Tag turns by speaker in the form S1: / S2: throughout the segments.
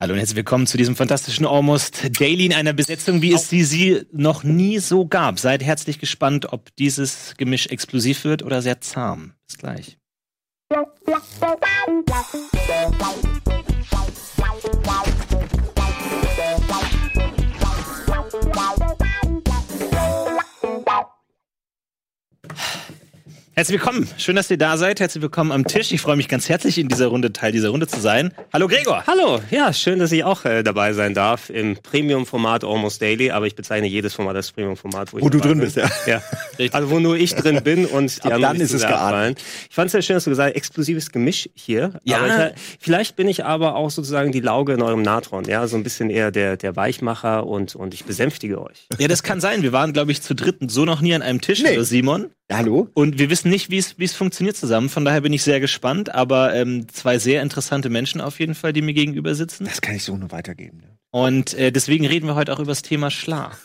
S1: Hallo und herzlich willkommen zu diesem fantastischen Almost Daily in einer Besetzung, wie es sie, sie noch nie so gab. Seid herzlich gespannt, ob dieses Gemisch explosiv wird oder sehr zahm. Bis gleich. Herzlich willkommen. Schön, dass ihr da seid. Herzlich willkommen am Tisch. Ich freue mich ganz herzlich, in dieser Runde Teil dieser Runde zu sein. Hallo Gregor.
S2: Hallo, ja, schön, dass ich auch äh, dabei sein darf im Premium-Format Almost Daily, aber ich bezeichne jedes Format als Premium-Format,
S3: Wo du drin bist, ja.
S2: ja. Also wo nur ich drin bin und die
S3: Ab
S2: anderen
S3: dann
S2: nicht
S3: ist
S2: so
S3: es
S2: sehr
S3: geahnt.
S2: abfallen. Ich fand es sehr schön, dass du gesagt hast, explosives Gemisch hier.
S1: Ja.
S2: Aber ich, vielleicht bin ich aber auch sozusagen die Lauge in eurem Natron, ja, so ein bisschen eher der, der Weichmacher und, und ich besänftige euch.
S1: Ja, das kann sein. Wir waren, glaube ich, zu dritten so noch nie an einem Tisch, nee. Simon.
S3: Hallo?
S1: Und wir wissen nicht, wie es wie es funktioniert zusammen. Von daher bin ich sehr gespannt. Aber ähm, zwei sehr interessante Menschen auf jeden Fall, die mir gegenüber sitzen.
S3: Das kann ich so nur weitergeben. Ne?
S1: Und äh, deswegen reden wir heute auch über das Thema Schlaf.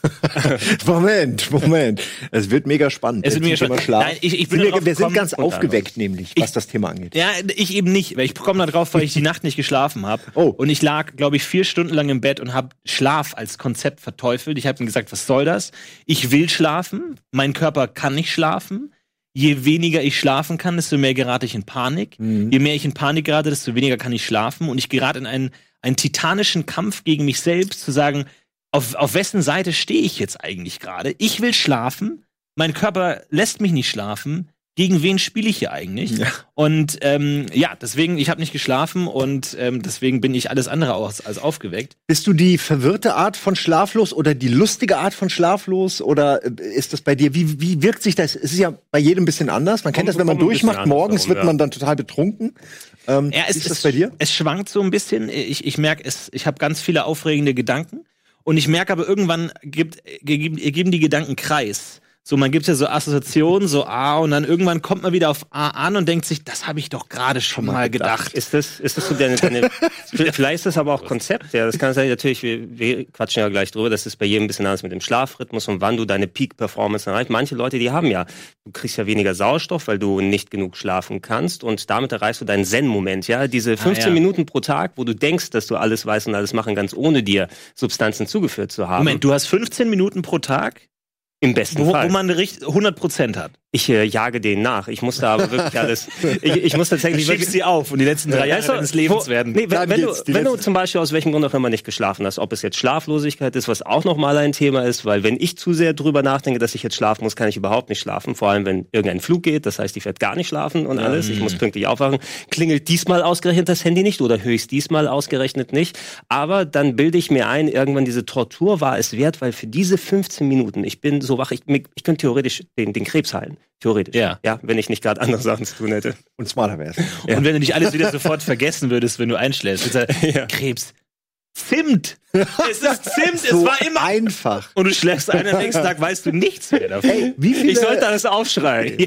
S3: Moment, Moment. Es wird mega spannend.
S1: Es wird
S3: Jetzt
S1: mega
S3: zum Thema
S1: spannend.
S3: Schlaf.
S1: Nein, ich- ich bin
S3: sind
S1: darauf
S3: wir, wir sind
S1: gekommen-
S3: ganz
S1: Unter
S3: aufgeweckt, nämlich, was das Thema angeht.
S1: Ja, ich eben nicht, weil ich komme da drauf, weil ich die Nacht nicht geschlafen habe.
S3: Oh.
S1: Und ich lag, glaube ich, vier Stunden lang im Bett und habe Schlaf als Konzept verteufelt. Ich habe mir gesagt, was soll das? Ich will schlafen, mein Körper kann nicht schlafen. Je weniger ich schlafen kann, desto mehr gerate ich in Panik.
S3: Mhm.
S1: Je mehr ich in Panik gerate, desto weniger kann ich schlafen. Und ich gerate in einen, einen titanischen Kampf gegen mich selbst, zu sagen, auf, auf wessen Seite stehe ich jetzt eigentlich gerade? Ich will schlafen, mein Körper lässt mich nicht schlafen. Gegen wen spiele ich hier eigentlich?
S3: Ja.
S1: Und ähm, ja, deswegen, ich habe nicht geschlafen und ähm, deswegen bin ich alles andere aus, als aufgeweckt.
S3: Bist du die verwirrte Art von Schlaflos oder die lustige Art von Schlaflos? Oder äh, ist das bei dir, wie, wie wirkt sich das? Es ist ja bei jedem ein bisschen anders. Man kennt
S2: Kommt-
S3: das, wenn man
S2: kommt ein bisschen
S3: durchmacht,
S2: anders
S3: morgens
S2: darum,
S3: wird
S2: ja.
S3: man dann total betrunken. Ähm,
S1: Ja, es,
S3: wie ist das
S1: es-
S3: bei dir?
S1: Es schwankt so ein bisschen. Ich, ich merke, es, ich habe ganz viele aufregende Gedanken. Und ich merke aber irgendwann, gibt, gegeben- geben die Gedanken Kreis. So, man gibt ja so Assoziationen, so A, und dann irgendwann kommt man wieder auf A an und denkt sich, das habe ich doch gerade schon mal gedacht.
S2: Ist das, ist das so deine, deine vielleicht ist das aber auch Konzept, ja. Das kann sein, natürlich, wir, wir quatschen ja gleich drüber, das ist bei jedem ein bisschen anders mit dem Schlafrhythmus und wann du deine Peak-Performance erreichst. Manche Leute, die haben ja, du kriegst ja weniger Sauerstoff, weil du nicht genug schlafen kannst und damit erreichst du deinen Zen-Moment, ja. Diese 15
S1: Ah, ja.
S2: Minuten pro Tag, wo du denkst, dass du alles weißt und alles machen kannst, ohne dir Substanzen zugeführt zu haben.
S1: Moment, du hast 15 Minuten pro Tag,
S2: Im besten
S1: wo, wo
S2: Fall.
S1: man richt- 100 Prozent hat.
S2: ich äh, jage denen nach. Ich musste aber wirklich alles, ich, ich muss tatsächlich wirklich,
S1: sie auf und die letzten
S2: Weißt du, wo- Nee, wenn,
S3: Bleiben
S2: wenn, du,
S3: jetzt die
S2: wenn du
S3: letzten-
S2: zum Beispiel aus welchem Grund auch immer nicht geschlafen hast, ob es jetzt Schlaflosigkeit ist, was auch nochmal ein Thema ist, weil wenn ich zu sehr drüber nachdenke, dass ich jetzt schlafen muss, kann ich überhaupt nicht schlafen. Vor allem, wenn irgendein Flug geht, das heißt, ich werde gar nicht schlafen und alles. Ich muss pünktlich aufwachen. Klingelt diesmal ausgerechnet das Handy nicht oder höchst diesmal ausgerechnet nicht. Aber dann bilde ich mir ein, irgendwann diese Tortur war es wert, weil für diese 15 Minuten, ich bin so wach, ich, ich könnte theoretisch den, den Krebs heilen. Theoretisch.
S1: Ja.
S2: ja wenn ich nicht gerade andere Sachen zu tun hätte.
S3: Und smarter wär's.
S1: Und wenn du nicht alles wieder sofort vergessen würdest, wenn du einschläfst, ist er,
S2: Ja.
S1: Krebs. Zimt! Es ist Zimt, es
S3: So
S1: war immer.
S3: einfach.
S1: Und du schläfst ein, am nächsten Tag weißt du nichts mehr davon.
S3: Ey, wie viele,
S2: Ich sollte alles aufschreien.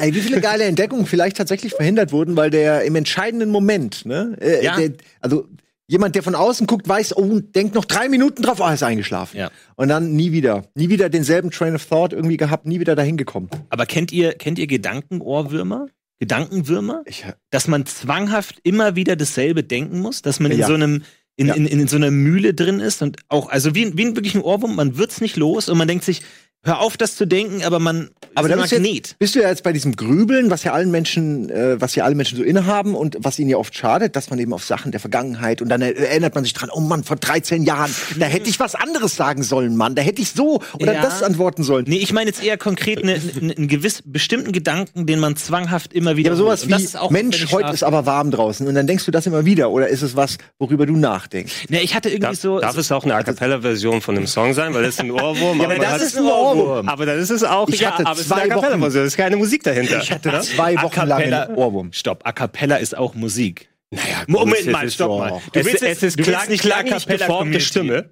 S3: Ey, wie viele geile Entdeckungen vielleicht tatsächlich verhindert wurden, weil der im entscheidenden Moment, ne? Äh,
S1: Ja.
S3: der, also jemand, der von außen guckt, weiß, oh, denkt noch drei Minuten drauf, ah, ist eingeschlafen.
S1: Ja.
S3: Und dann nie wieder. Nie wieder denselben Train of Thought irgendwie gehabt, nie wieder dahin gekommen.
S1: Aber kennt ihr, kennt ihr Gedankenohrwürmer? Gedankenwürmer?
S3: Ich,
S1: Dass man zwanghaft immer wieder dasselbe denken muss, dass man in
S3: Ja.
S1: so einem. In,
S3: Ja.
S1: in, in so einer Mühle drin ist und auch, also wie, ein- wie ein wirklich ein Ohrwurm, man wird's nicht los und man denkt sich, hör auf, das zu denken, aber man
S3: aber
S1: ist
S3: da
S1: ein
S3: bist du, jetzt, bist du ja jetzt bei diesem Grübeln, was ja allen Menschen, äh, was ja alle Menschen so innehaben und was ihnen ja oft schadet, dass man eben auf Sachen der Vergangenheit und dann erinnert man sich dran, oh Mann, vor 13 Jahren, da hätte ich was anderes sagen sollen, Mann, da hätte ich so oder
S1: Ja.
S3: das antworten sollen.
S1: Nee, ich meine jetzt eher konkret ne- ne- einen gewiss bestimmten Gedanken, den man zwanghaft immer wieder.
S3: Ja, aber sowas
S1: Und das ist
S3: wie,
S1: auch, wenn
S3: Mensch,
S1: ich
S3: heute
S1: schlafe.
S3: ist aber warm draußen. Und dann denkst du das immer wieder. Oder ist es was, worüber du nachdenkst?
S1: Nee, ich hatte irgendwie
S2: Darf,
S3: also
S1: so.
S2: darf es auch eine A Cappella-Version von einem Song sein? Weil das ist ein Ohrwurm.
S3: Ja, aber
S2: man
S3: das
S2: hat-
S3: ist ein Ohrwurm.
S2: Aber das ist es auch.
S3: Ich hatte
S2: ja, aber es ist eine
S3: zwei
S2: A Cappella-Version. Es ist keine Musik dahinter.
S3: Ich hatte zwei Wochen lang einen Ohrwurm.
S1: Stopp, A Cappella ist auch Musik.
S2: Naja,
S1: Moment mal,
S3: ist
S1: stopp
S3: doch-
S1: mal.
S2: Du willst, es, es ist
S1: du willst
S2: klang, klanglich
S1: A Cappella
S2: geformte
S1: Community.
S2: Stimme.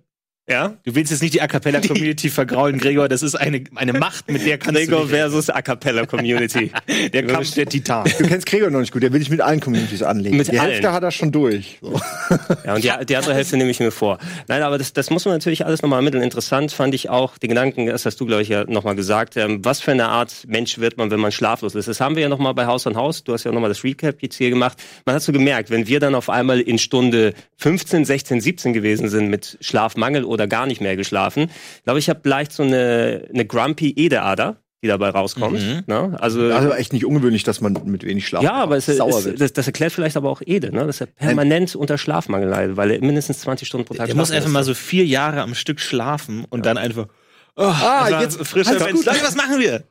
S2: Ja?
S1: Du willst jetzt nicht die A Cappella Community vergraulen, Gregor. Das ist eine, eine Macht, mit der kannst
S2: Gregor
S1: du.
S2: versus A Cappella Community.
S1: Nicht, der Kampf der Titan.
S3: Ah, Du kennst Gregor noch nicht gut, der will ich mit allen Communities anlegen.
S2: Mit
S3: die
S2: allen.
S3: Hälfte hat er schon durch. So.
S2: Ja, und die, die andere Hälfte nehme ich mir vor. Nein, aber das, das muss man natürlich alles nochmal ermitteln. Interessant fand ich auch den Gedanken, das hast du, glaube ich, ja nochmal gesagt, ähm, was für eine Art Mensch wird man, wenn man schlaflos ist. Das haben wir ja nochmal bei Haus an Haus, du hast ja nochmal das Recap jetzt hier gemacht. Man hat so gemerkt, wenn wir dann auf einmal in Stunde 15, 16, 17 gewesen sind mit Schlafmangel oder gar nicht mehr geschlafen, glaube ich, habe leicht so eine, eine grumpy Edeader, die dabei rauskommt. Ne? Also,
S3: Also echt nicht ungewöhnlich, dass man mit wenig Schlaf
S2: ja, aber es,
S3: sauer
S2: es,
S3: wird.
S2: das, das erklärt vielleicht aber auch Ede, ne? dass er permanent unter Schlafmangel leidet, weil er mindestens 20 Stunden pro Tag
S1: Der muss
S2: schlafen
S1: einfach mal so vier Jahre am Stück schlafen und dann einfach. Oh,
S3: Ah,
S1: also
S3: jetzt-
S1: frischer
S3: alles
S1: Mensch.
S3: gut.
S1: Leute, was machen wir?
S2: lässt.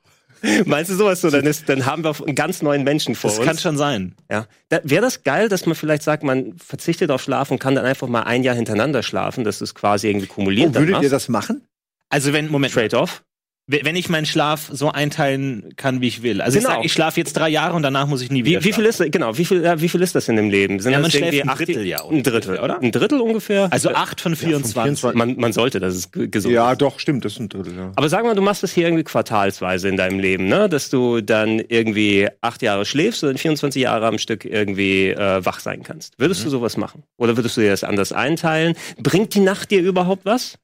S2: Meinst du sowas so? Dann, ist, dann haben wir einen ganz neuen Menschen vor
S1: Das
S2: uns.
S1: kann schon sein.
S2: Ja. Da, Wäre das geil, dass man vielleicht sagt, man verzichtet auf Schlaf und kann dann einfach mal ein Jahr hintereinander schlafen, dass du es quasi irgendwie kumuliert
S3: oh,
S2: dann
S3: würdet ihr
S2: machst?
S3: das machen?
S1: Also wenn, Moment,
S2: Trade-off.
S1: w- wenn ich meinen Schlaf so einteilen kann, wie ich will. Also ich
S2: Genau.
S1: sage, ich schlafe jetzt drei Jahre und danach muss ich nie wieder
S2: Wie, wie viel
S1: schlafen.
S2: ist das, genau, wie viel, ja, wie viel ist das in dem Leben? Sind
S1: Ja, man
S2: das
S1: schläft
S2: irgendwie
S1: ein
S2: acht-
S1: Drittel, ja,
S2: Ein Drittel,
S1: oder?
S2: oder? Ein Drittel ungefähr?
S1: Also acht von 24.
S2: man, man sollte, das ist ge- gesund.
S3: Ja, doch, stimmt, das ist ein Drittel. Ja.
S2: Aber sag mal, du machst das hier irgendwie quartalsweise in deinem Leben, ne? Dass du dann irgendwie acht Jahre schläfst und dann 24 Jahre am Stück irgendwie äh, wach sein kannst. Würdest du
S3: Mhm.
S2: sowas machen? Oder würdest du dir das anders einteilen? Bringt die Nacht dir überhaupt was?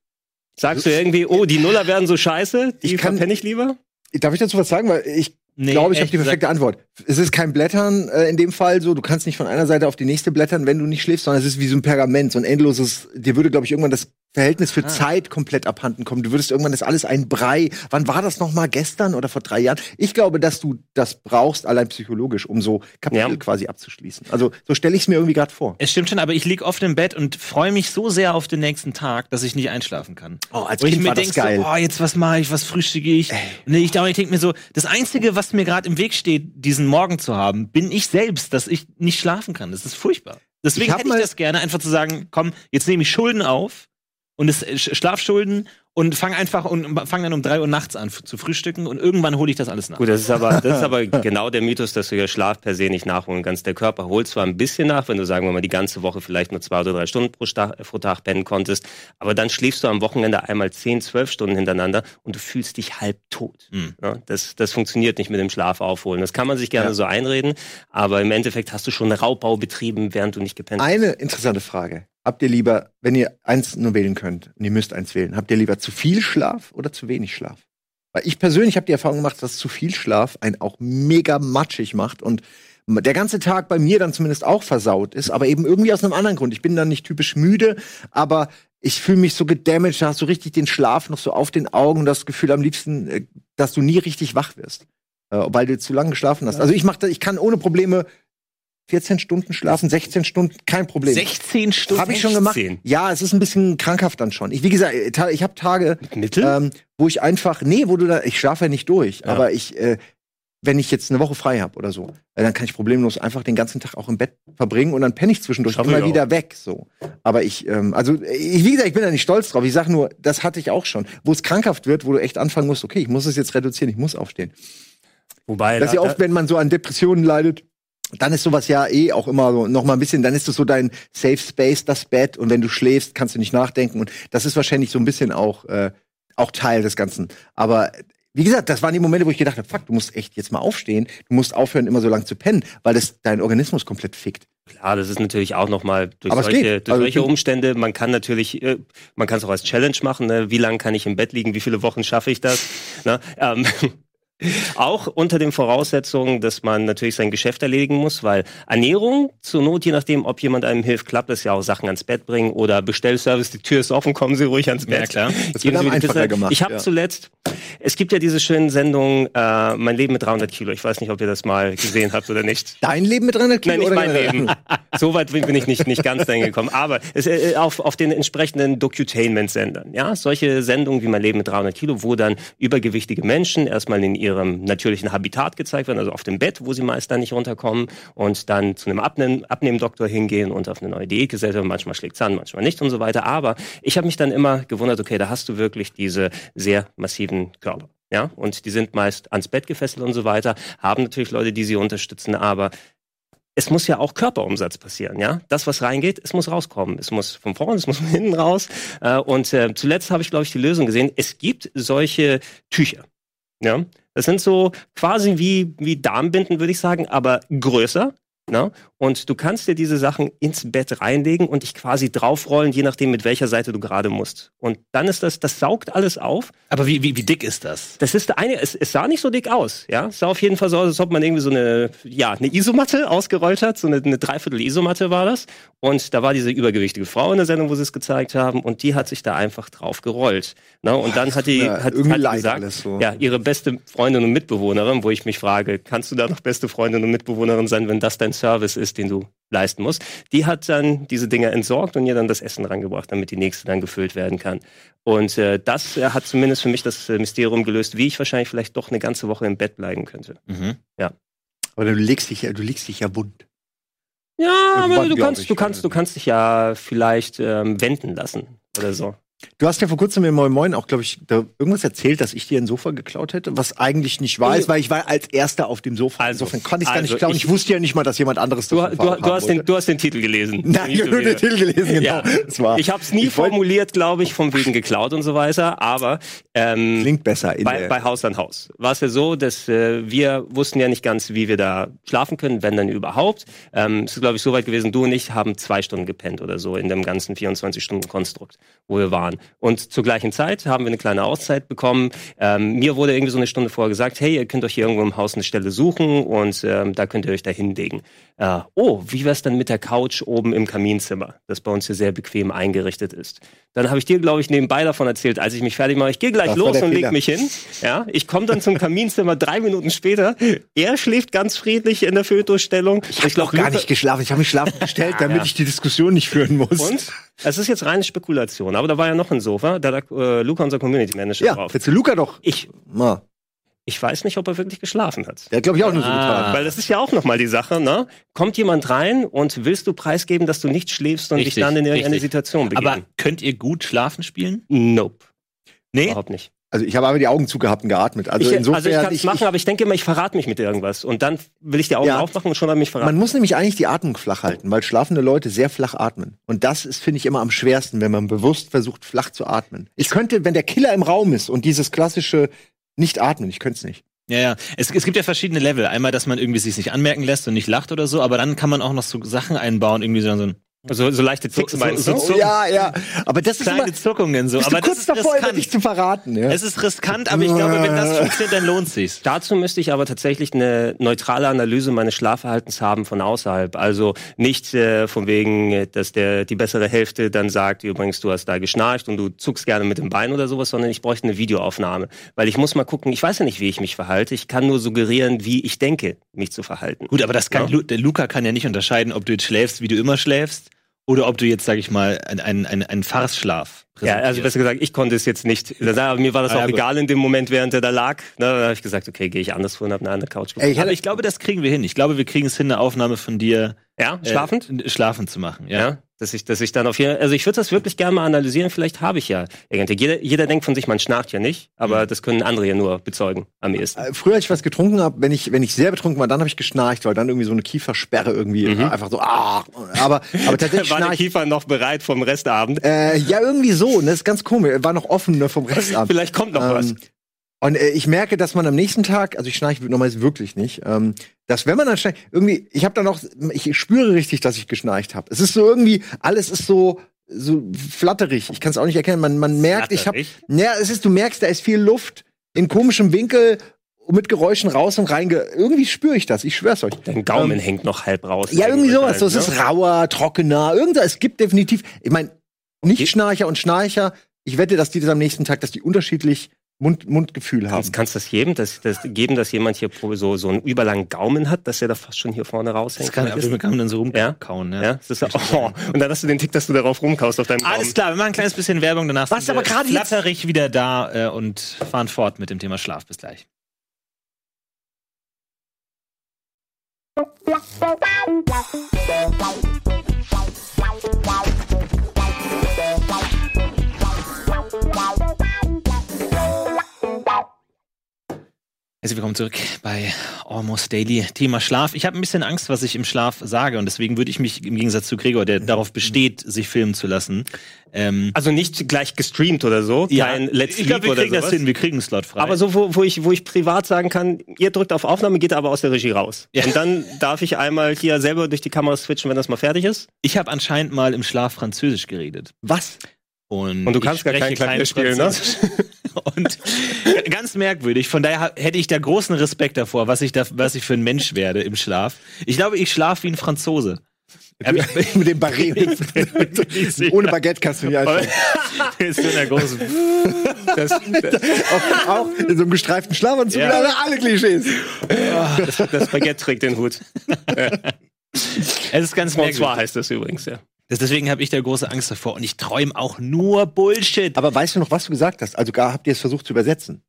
S2: Sagst du irgendwie, oh, die Nuller werden so scheiße, die
S3: Ich kann-
S2: verpenne ich lieber?
S3: Darf ich dazu was sagen? Weil ich
S1: Nee,
S3: glaube, ich
S1: ehrlich
S3: habe die perfekte Antwort. Es ist kein Blättern äh, in dem Fall so. Du kannst nicht von einer Seite auf die nächste blättern, wenn du nicht schläfst, sondern es ist wie so ein Pergament, so ein endloses. Dir würde, glaube ich, irgendwann das Verhältnis für Zeit komplett abhanden kommen. Du würdest irgendwann das alles ein Brei. Wann war das noch mal? Gestern oder vor drei Jahren? Ich glaube, dass du das brauchst, allein psychologisch, um so Kapitel
S2: Ja.
S3: quasi abzuschließen. Also so stelle ich es mir irgendwie gerade vor.
S1: Es stimmt schon, aber ich lieg oft im Bett und freue mich so sehr auf den nächsten Tag, dass ich nicht einschlafen kann.
S3: Oh, als
S1: Wo ich
S3: Kind
S1: mir
S3: war das
S1: denk
S3: geil.
S1: So, oh, jetzt was mache ich, was frühstücke ich? Nee, ich glaube, ich denke mir so, das Einzige, was mir gerade im Weg steht, diesen Morgen zu haben, bin ich selbst, dass ich nicht schlafen kann. Das ist furchtbar. Deswegen
S3: Ich hab
S1: hätte ich
S3: mal-
S1: das gerne, einfach zu sagen, komm, jetzt nehme ich Schulden auf und es, äh, Sch- Schlafschulden und fang einfach und fang dann um drei Uhr nachts an f- zu frühstücken und irgendwann hole ich das alles nach.
S2: Gut, das ist aber, das ist aber genau der Mythos, dass du ja Schlaf per se nicht nachholen kannst. Der Körper holt zwar ein bisschen nach, wenn du, sagen wir mal, die ganze Woche vielleicht nur zwei oder drei Stunden pro, Sta pro Tag pennen konntest, aber dann schläfst du am Wochenende einmal zehn, zwölf Stunden hintereinander und du fühlst dich halb tot.
S1: Mhm.
S2: Ja, das, das funktioniert nicht mit dem Schlaf aufholen. Das kann man sich gerne
S3: Hm. Ja.
S2: so einreden, aber im Endeffekt hast du schon Raubbau betrieben, während du nicht gepennt hast.
S3: Eine interessante Frage. Habt ihr lieber, wenn ihr eins nur wählen könnt, und ihr müsst eins wählen, habt ihr lieber zu viel Schlaf oder zu wenig Schlaf? Weil ich persönlich habe die Erfahrung gemacht, dass zu viel Schlaf einen auch mega matschig macht und der ganze Tag bei mir dann zumindest auch versaut ist, aber eben irgendwie aus einem anderen Grund. Ich bin dann nicht typisch müde, aber ich fühle mich so gedamaged, da hast du richtig den Schlaf noch so auf den Augen und das Gefühl am liebsten, äh, dass du nie richtig wach wirst, äh, weil du zu lange geschlafen hast. Also ich mache, ich kann ohne Probleme 14 Stunden schlafen, 16 Stunden, kein Problem.
S1: 16 Stunden.
S3: Habe ich schon gemacht.
S2: 16.
S3: Ja, es ist ein bisschen krankhaft dann schon. Ich, wie gesagt, äh, ta- ich habe Tage,
S2: Mittel?
S3: ähm, wo ich einfach, nee, wo du da, ich schlafe ja nicht durch, aber ich, äh, wenn ich jetzt eine Woche frei habe oder so, äh, dann kann ich problemlos einfach den ganzen Tag auch im Bett verbringen und dann penne ich zwischendurch
S2: Schaff
S3: immer
S2: ich auch.
S3: wieder weg. So, aber ich, ähm, also äh, ich, wie gesagt, ich bin da nicht stolz drauf. Ich sage nur, das hatte ich auch schon, wo es krankhaft wird, wo du echt anfangen musst, okay, ich muss es jetzt reduzieren, ich muss aufstehen.
S2: Wobei,
S3: Das ist ja oft, wenn man so an Depressionen leidet, dann ist sowas ja eh auch immer so noch mal ein bisschen, dann ist es so dein Safe Space, das Bett und wenn du schläfst, kannst du nicht nachdenken und das ist wahrscheinlich so ein bisschen auch äh, auch Teil des Ganzen. Aber wie gesagt, das waren die Momente, wo ich gedacht habe, fuck, du musst echt jetzt mal aufstehen, du musst aufhören, immer so lang zu pennen, weil das deinen Organismus komplett fickt.
S2: Klar, das ist natürlich auch nochmal durch
S3: Aber es
S2: solche,
S3: geht.
S2: durch
S3: Also
S2: solche
S3: ich-
S2: Umstände. Man kann natürlich, äh, man kann es auch als Challenge machen. Ne? Wie lange kann ich im Bett liegen? Wie viele Wochen schaffe ich das? ne? ähm, auch unter den Voraussetzungen, dass man natürlich sein Geschäft erledigen muss, weil Ernährung zur Not, je nachdem, ob jemand einem hilft, klappt es ja auch Sachen ans Bett bringen oder Bestellservice, die Tür ist offen, kommen Sie ruhig ans Bett.
S1: Ja, klar.
S3: Das
S2: Geben
S3: wird
S2: Sie mir
S3: einem
S2: die
S3: einfacher
S2: Pizza.
S3: gemacht.
S2: Ich habe
S3: ja.
S2: zuletzt, es gibt ja diese schönen Sendungen, äh, Mein Leben mit 300 Kilo. Ich weiß nicht, ob ihr das mal gesehen habt oder nicht.
S3: Dein Leben mit 300 Kilo
S2: Nein, nicht
S3: oder
S2: mein
S3: generell?
S2: Leben. So weit bin bin ich nicht, nicht ganz dahin gekommen. Aber es, äh, auf, auf den entsprechenden Docutainment-Sendern. Ja? Solche Sendungen wie Mein Leben mit 300 Kilo, wo dann übergewichtige Menschen erstmal in ihrem natürlichen Habitat gezeigt werden, also auf dem Bett, wo sie meist dann nicht runterkommen und dann zu einem Abnehm Abnehmdoktor hingehen und auf eine neue Diät gesetzt werden. Manchmal schlägt's an, manchmal nicht und so weiter. Aber ich habe mich dann immer gewundert, okay, da hast du wirklich diese sehr massiven Körper. Ja, und die sind meist ans Bett gefesselt und so weiter, haben natürlich Leute, die sie unterstützen, aber es muss ja auch Körperumsatz passieren, ja. Das, was reingeht, es muss rauskommen. Es muss von vorne, es muss von hinten raus. Äh, und äh, zuletzt habe ich, glaube ich, die Lösung gesehen. Es gibt solche Tücher, ja. Das sind so quasi wie, wie Darmbinden, würde ich sagen, aber größer. Na? Und du kannst dir diese Sachen ins Bett reinlegen und dich quasi draufrollen, je nachdem, mit welcher Seite du gerade musst. Und dann ist das, das saugt alles auf.
S1: Aber wie, wie, wie dick ist das?
S2: Das ist eine, es, es sah nicht so dick aus, ja. Es sah auf jeden Fall so aus, als ob man irgendwie so eine, ja, eine Isomatte ausgerollt hat. So eine, eine Dreiviertel Isomatte war das. Und da war diese übergewichtige Frau in der Sendung, wo sie es gezeigt haben. Und die hat sich da einfach drauf gerollt. Na? Und dann hat die,
S3: Ja,
S2: hat,
S3: irgendwie
S2: hat
S3: leid
S2: gesagt,
S3: alles so.
S2: ja, ihre beste Freundin und Mitbewohnerin, wo ich mich frage, kannst du da noch beste Freundin und Mitbewohnerin sein, wenn das dein Service ist, den du leisten musst? Die hat dann diese Dinger entsorgt und ihr dann das Essen rangebracht, damit die nächste dann gefüllt werden kann. Und äh, das äh, hat zumindest für mich das äh, Mysterium gelöst, wie ich wahrscheinlich vielleicht doch eine ganze Woche im Bett bleiben könnte.
S1: Mhm.
S3: Aber du legst dich ja, du legst dich ja wund.
S2: Ja,
S3: Irgendwann,
S2: aber du
S3: glaub
S2: kannst,
S3: ich,
S2: du kannst, du
S3: äh,
S2: kannst dich ja vielleicht ähm, wenden lassen oder so.
S3: Du hast ja vor kurzem in Moin Moin auch, glaube ich, da irgendwas erzählt, dass ich dir ein Sofa geklaut hätte, was eigentlich nicht wahr ist, weil ich war als Erster auf dem Sofa.
S2: Also,
S3: Insofern konnte ich gar
S2: also
S3: nicht klauen. Ich,
S2: ich-
S3: wusste ja nicht mal, dass jemand anderes
S2: Du,
S3: das
S2: du,
S3: Sofa auch
S2: du,
S3: haben
S2: hast den,
S3: wollte.
S2: du hast den Titel gelesen.
S3: Nein,
S2: Nicht
S3: ich habe
S2: so
S3: nur
S2: wieder.
S3: den Titel gelesen, genau.
S2: Ja.
S3: Es war,
S2: Ich habe es nie
S3: Ich wollt-
S2: formuliert, glaube ich, von wegen geklaut und so weiter, aber ähm,
S3: klingt besser. In
S2: bei,
S3: der-
S2: bei Haus an Haus war es ja so, dass äh, wir wussten ja nicht ganz, wie wir da schlafen können, wenn dann überhaupt. Ähm, es ist, glaube ich, so weit gewesen, du und ich haben zwei Stunden gepennt oder so in dem ganzen 24-Stunden-Konstrukt, wo wir waren. Und zur gleichen Zeit haben wir eine kleine Auszeit bekommen. Ähm, mir wurde irgendwie so eine Stunde vorher gesagt, hey, ihr könnt euch hier irgendwo im Haus eine Stelle suchen und ähm, da könnt ihr euch da hinlegen. Äh, oh, wie wär's dann mit der Couch oben im Kaminzimmer, das bei uns hier sehr bequem eingerichtet ist. Dann habe ich dir, glaube ich, nebenbei davon erzählt, als ich mich fertig mache, ich gehe gleich
S3: Das war
S2: los
S3: der
S2: und leg
S3: Fehler.
S2: mich hin. Ja, ich komme dann zum Kaminzimmer drei Minuten später. Er schläft ganz friedlich in der Fötusstellung.
S3: ich habe
S2: glaub,
S3: noch gar
S2: Luca-
S3: nicht geschlafen. Ich habe mich schlafen gestellt, damit
S2: Ja.
S3: ich die Diskussion nicht führen muss.
S2: Und? Es ist jetzt reine Spekulation, aber da war ja noch ein Sofa, da lag äh, Luca, unser Community Manager,
S3: Ja,
S2: drauf.
S3: willst du Luca doch.
S2: Ich,
S3: Ma,
S2: ich weiß nicht, ob er wirklich geschlafen hat.
S3: der hat, glaube ich, auch nur so
S1: Ah.
S3: getan.
S2: Weil das ist ja auch nochmal die Sache, ne? Kommt jemand rein und willst du preisgeben, dass du nicht schläfst und dich
S1: Richtig,
S2: dann in irgendeine
S1: richtig.
S2: Situation begeben?
S1: Aber könnt ihr gut schlafen spielen?
S2: nope,
S1: Nee?
S2: überhaupt nicht.
S3: Also ich habe aber die Augen zugehabt und geatmet. Also
S2: ich,
S3: insofern.
S2: also ich kann es machen, aber ich denke immer, ich verrate mich mit irgendwas und dann will ich die Augen
S3: Ja.
S2: aufmachen und schon habe ich mich verraten.
S3: Man muss nämlich eigentlich die Atmung flach halten, weil schlafende Leute sehr flach atmen. Und das ist, finde ich, immer am schwersten, wenn man bewusst versucht, flach zu atmen. Ich könnte, wenn der Killer im Raum ist und dieses klassische nicht atmen, ich könnte es nicht.
S1: Ja, ja. Es, es gibt ja verschiedene Level. Einmal, dass man irgendwie sich nicht anmerken lässt und nicht lacht oder so, aber dann kann man auch noch so Sachen einbauen, irgendwie so, so ein
S2: Also So, so leichte Ticks
S1: so-
S2: meinst
S1: so-
S2: du?
S1: so-
S3: ja, ja. Aber das ist immer,
S1: kleine
S3: bist
S1: Zuckungen so.
S3: du
S1: Aber das
S3: kurz
S1: ist
S3: davor, über dich
S1: riskant.
S3: zu verraten. Ja.
S1: Es ist riskant, aber ich glaube, wenn das funktioniert, dann lohnt sich's.
S2: Dazu müsste ich aber tatsächlich eine neutrale Analyse meines Schlafverhaltens haben von außerhalb. Also nicht äh, von wegen, äh, dass der die bessere Hälfte dann sagt, übrigens, du hast da geschnarcht und du zuckst gerne mit dem Bein oder sowas, sondern ich bräuchte eine Videoaufnahme. Weil ich muss mal gucken, ich weiß ja nicht, wie ich mich verhalte. Ich kann nur suggerieren, wie ich denke, mich zu verhalten.
S1: Gut, aber das kann
S2: Ja.
S1: Lu, der Luca kann ja nicht unterscheiden, ob du jetzt schläfst, wie du immer schläfst, oder ob du jetzt, sag ich mal, einen ein, ein einen Farsschlaf
S2: Ja, also besser gesagt, ich konnte es jetzt nicht. Aber mir war das
S1: Ah, ja,
S2: auch
S1: gut.
S2: egal in dem Moment, während er da lag. Ne, dann habe ich gesagt, okay, gehe ich anderswo und habe eine andere Couch
S3: Ey, ich
S1: aber
S3: hatte,
S1: ich glaube, das kriegen wir hin. Ich glaube, wir kriegen es hin, eine Aufnahme von dir
S2: Ja,
S1: äh,
S2: schlafend?
S1: schlafend zu machen. Ja.
S2: Ja. Dass ich, dass ich dann auf jeden also ich würde das wirklich gerne mal analysieren, vielleicht habe ich ja irgendwie. Jeder, jeder denkt von sich, man schnarcht ja nicht, aber das können andere ja nur bezeugen am ehesten.
S3: äh, früher, als ich was getrunchen habe, wenn ich, wenn ich sehr betrunken war, dann habe ich geschnarcht, weil dann irgendwie so eine Kiefersperre irgendwie
S1: Mhm.
S3: äh, einfach so, ah, aber, aber tatsächlich
S2: War der
S3: schnarch,
S2: Kiefer noch bereit vom Restabend?
S3: äh, ja, irgendwie so, ne, ist ganz komisch, war noch offen, ne, vom Rest ab.
S2: Vielleicht kommt noch was.
S3: Ähm, und äh, ich merke, dass man am nächsten Tag, also ich schnarche normalerweise wirklich nicht, ähm, dass wenn man dann schnarcht, irgendwie, ich habe dann auch, ich spüre richtig, dass ich geschnarcht habe. Es ist so irgendwie, alles ist so so flatterig. Ich kann es auch nicht erkennen. Man, man merkt, ich habe,
S2: Flatterig?
S3: ja, es ist, du merkst, da ist viel Luft in komischem Winkel und mit Geräuschen raus und rein. ge- Irgendwie spüre ich das. Ich schwör's euch.
S2: Dein Gaumen hängt noch halb raus.
S3: Ja, irgendwie sowas. So, es
S2: ne?
S3: ist rauer, trockener, irgendwas. Es gibt definitiv, ich meine, Nichtschnarcher und Schnarcher, ich wette, dass die das am nächsten Tag, dass die unterschiedlich Mund, Mundgefühl haben.
S2: Kannst, kannst das jedem, das, das geben, dass jemand hier pro- so, so einen überlangen Gaumen hat, dass er da fast schon hier vorne raushängt?
S1: Das
S3: Oh,
S1: kann, man kann man dann so rumkauen.
S2: ja, das ist, oh, und dann hast du den Tick, dass du darauf rumkaust auf deinem
S1: Alles
S2: Gaumen.
S1: klar, wir machen ein kleines bisschen Werbung danach.
S3: Was
S1: sind
S3: aber
S1: wir
S3: gerade jetzt-
S1: flatterig wieder da äh, und fahren fort mit dem Thema Schlaf. Bis gleich. Herzlich willkommen zurück bei Almost Daily. Thema Schlaf. Ich habe ein bisschen Angst, was ich im Schlaf sage. Und deswegen würde ich mich im Gegensatz zu Gregor, der
S2: Mhm.
S1: darauf besteht, sich filmen zu lassen. Ähm,
S2: Also nicht gleich gestreamt oder so. kein Let's
S1: ich glaube,
S2: Leak
S1: wir
S2: oder
S1: kriegen das
S2: sowas.
S1: hin. Wir kriegen einen Slot frei.
S2: Aber so, wo, wo, ich, wo ich privat sagen kann, ihr drückt auf Aufnahme, geht aber aus der Regie raus.
S1: Ja.
S2: Und dann darf ich einmal hier selber durch die Kamera switchen, wenn das mal fertig ist.
S1: ich habe anscheinend mal im Schlaf Französisch geredet.
S3: Was?
S1: Und,
S2: Und du
S1: ich
S2: kannst gar
S1: spreche
S2: kein Klavier spielen, ne?
S1: Französisch. Und g- ganz merkwürdig, von daher ha- hätte ich da großen Respekt davor, was ich, da, was ich für ein Mensch werde im Schlaf. Ich glaube, ich schlafe wie ein Franzose. Ähm, Hab ich-
S3: Mit dem Barret. Ohne Baguette kannst du nicht einsteigen.
S1: Ist in der großen
S3: auch, auch in so einem gestreiften Schlafanzug.
S1: Ja.
S3: Ja. Alle Klischees.
S2: Das Baguette trägt den Hut.
S1: Es ist ganz
S2: Und zwar
S1: merkwürdig.
S2: heißt das übrigens, ja.
S1: Das- Deswegen habe ich da große Angst davor. Und ich träume auch nur Bullshit.
S3: Aber weißt du noch, was du gesagt hast? Also gar habt ihr es versucht zu übersetzen.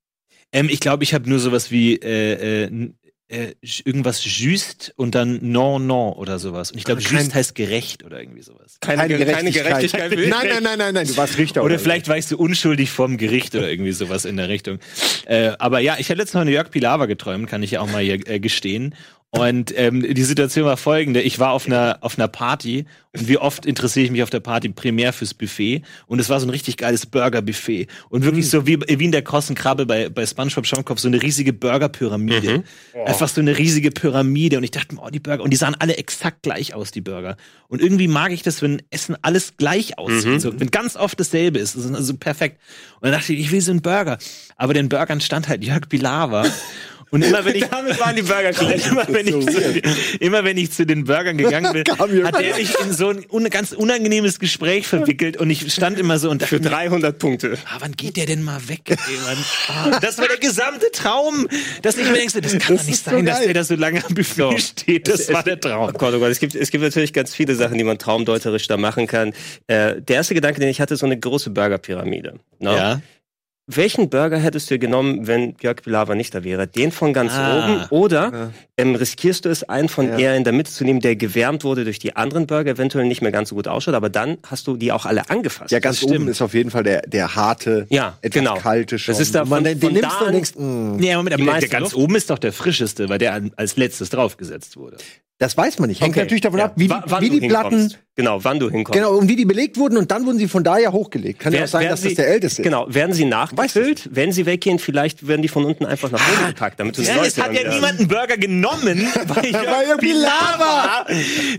S1: Ähm, ich glaube, ich habe nur sowas wie äh, äh, n- äh, j- irgendwas just und dann non, non oder sowas. Und ich glaube,
S3: Aber kein-
S1: just heißt gerecht oder irgendwie sowas.
S2: Keine, Gerechtigkeit will ich
S3: nein, nein, nein, nein, nein. Du warst Richter.
S1: Oder
S3: so.
S1: vielleicht warst du unschuldig vorm Gericht oder irgendwie sowas in der Richtung. Äh, aber ja, ich habe letztens mal eine Jörg Pilawa geträumt, kann ich ja auch mal hier äh, gestehen. Und ähm, die Situation war folgende: Ich war auf einer auf einer Party und wie oft interessiere ich mich auf der Party primär fürs Buffet und es war so ein richtig geiles Burger-Buffet und wirklich so wie, wie in der krossen Krabbe bei bei SpongeBob Schwammkopf so eine riesige
S2: Mhm.
S1: Burger-Pyramide, einfach so eine riesige Pyramide und ich dachte, mir, oh die Burger und die sahen alle exakt gleich aus die Burger und irgendwie mag ich das, wenn Essen alles gleich aussieht,
S2: Mhm.
S1: so, wenn ganz oft dasselbe ist, das ist also perfekt und dann dachte ich, ich will so einen Burger, aber den Burgern stand halt Jörg Pilawa und immer wenn ich
S2: Damit waren die Burger gleich.
S1: immer, wenn ich zu, immer wenn ich zu den Burgern gegangen bin,
S3: Kam hier-
S1: hat er mich in so ein un ganz unangenehmes Gespräch verwickelt und ich stand immer so und dachte,
S2: Für 300 Punkte.
S1: ah, wann geht der denn mal weg? ey, Mann? Ah, das war der gesamte Traum, dass ich mir denkte, das kann doch nicht
S3: ist so
S1: sein, dass
S3: geil.
S1: der da so lange am Buffet steht. Das war der Traum.
S2: Oh Gott, oh Gott, es gibt, es gibt natürlich ganz viele Sachen, die man traumdeuterisch da machen kann. Äh, der erste Gedanke, den ich hatte, ist so eine große Burgerpyramide. ne? Welchen Burger hättest du genommen, wenn Jörg Pilawa nicht da wäre? Den von ganz
S1: Ah.
S2: oben? Oder
S3: Ja.
S2: ähm, riskierst du es, einen von
S3: Ja.
S2: eher in der Mitte zu nehmen, der gewärmt wurde durch die anderen Burger, eventuell nicht mehr ganz so gut ausschaut, aber dann hast du die auch alle angefasst.
S3: Ja, ganz
S1: stimmt.
S3: oben ist auf jeden Fall der, der harte,
S2: Ja,
S3: etwas
S2: genau.
S3: kalte schon.
S2: Das ist da
S3: Und man,
S2: von-
S3: den
S2: von
S3: nimmst
S2: da
S3: du und
S2: an-
S3: denkst, mm,
S1: Nee, Moment, aber
S2: Die
S1: der,
S2: meiste
S1: der ganz
S2: Luft?
S1: oben ist doch der frischeste, weil der an, als letztes draufgesetzt wurde.
S3: das weiß man nicht. Hängt
S2: Okay,
S3: natürlich davon
S2: ja.
S3: ab, wie,
S2: Wa- wann
S3: wie
S2: du
S3: die Platten,
S2: hinkommst. Genau, wann du hinkommst.
S3: genau, und wie die belegt wurden und dann wurden sie von da ja hochgelegt. Kann ja
S2: Wer-
S3: auch sein,
S2: werden
S3: dass
S2: sie-
S3: das der älteste ist.
S2: Genau, werden sie nachgefüllt, wenn sie weggehen, vielleicht werden die von unten einfach nach
S3: Ah.
S2: oben gepackt, damit du
S1: Ja, es hat ja niemand einen Burger genommen, weil
S3: Weil
S1: Jörg
S3: Jörg
S1: Pilawa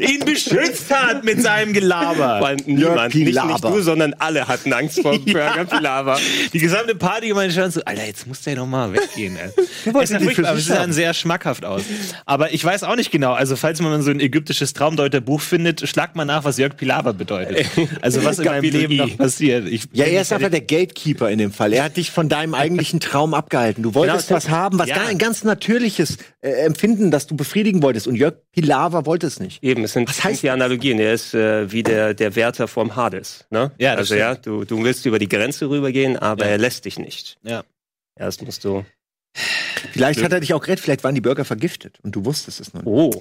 S1: ihn beschützt hat mit seinem
S2: Vor
S1: Gelaber.
S2: allem niemand, nicht, nicht
S3: Pilawa.
S2: du, sondern alle hatten Angst vor Burger Pilawa.
S1: Die gesamte Partygemeinschaft stand so, Alter, jetzt muss der doch mal weggehen. Ey. Es
S3: wollten
S1: sah
S3: die
S1: furchtbar,
S3: für
S1: aber es
S3: sich
S1: sah
S3: haben.
S1: sehr schmackhaft aus. Aber ich weiß auch nicht genau, also falls man so ein ägyptisches Traumdeuterbuch findet, schlag mal nach, was Jörg Pilawa bedeutet. Also was in meinem
S2: Kapitel
S1: Leben
S2: I.
S1: noch passiert. Ich,
S3: Ja, er ist einfach der Gatekeeper in dem Fall. Er hat dich von deinem eigentlichen Traum abgehalten. Du wolltest
S1: Genau,
S3: was haben, was
S1: ja.
S3: gar, ein ganz natürliches äh, Empfinden, das du befriedigen wolltest. Und Jörg Pilawa wollte es nicht.
S2: Eben, es sind,
S3: Was
S2: sind
S3: heißt
S2: die Analogien. Er ist äh, wie der, der Wärter vorm Hades. Ne?
S1: Ja, das
S2: also ja, du, du willst über die Grenze rübergehen, aber
S1: Ja.
S2: er lässt dich nicht.
S1: Ja.
S2: Erst musst du.
S3: Vielleicht hat er dich auch gerettet, vielleicht waren die Burger vergiftet und du wusstest es noch nicht.
S2: Oh,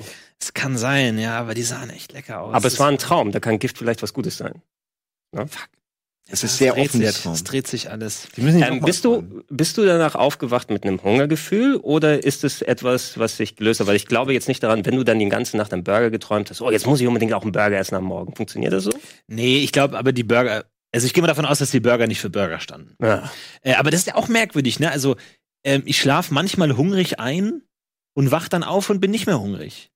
S1: Es kann sein, ja, aber die sahen echt lecker aus.
S2: aber es war ein Traum, da kann Gift vielleicht was Gutes sein. Ne?
S3: Es ist sehr
S1: dreht
S3: offen, der
S1: sich-
S3: Traum.
S1: Es dreht sich alles.
S3: Die müssen ihn
S2: Ähm,
S3: nochmal
S2: bist, du,
S3: fragen.
S2: bist du danach aufgewacht mit einem Hungergefühl oder ist es etwas, was sich gelöst hat? Weil ich glaube jetzt nicht daran, wenn du dann die ganze Nacht am Burger geträumt hast, oh, jetzt muss ich unbedingt auch einen Burger essen am Morgen. Funktioniert das so?
S1: Nee, ich glaube aber die Burger, also ich gehe mal davon aus, dass die Burger nicht für Burger standen.
S2: Ja.
S1: Äh, aber das ist ja auch merkwürdig, ne? Also, ähm, ich schlafe manchmal hungrig ein und wach dann auf und bin nicht mehr hungrig.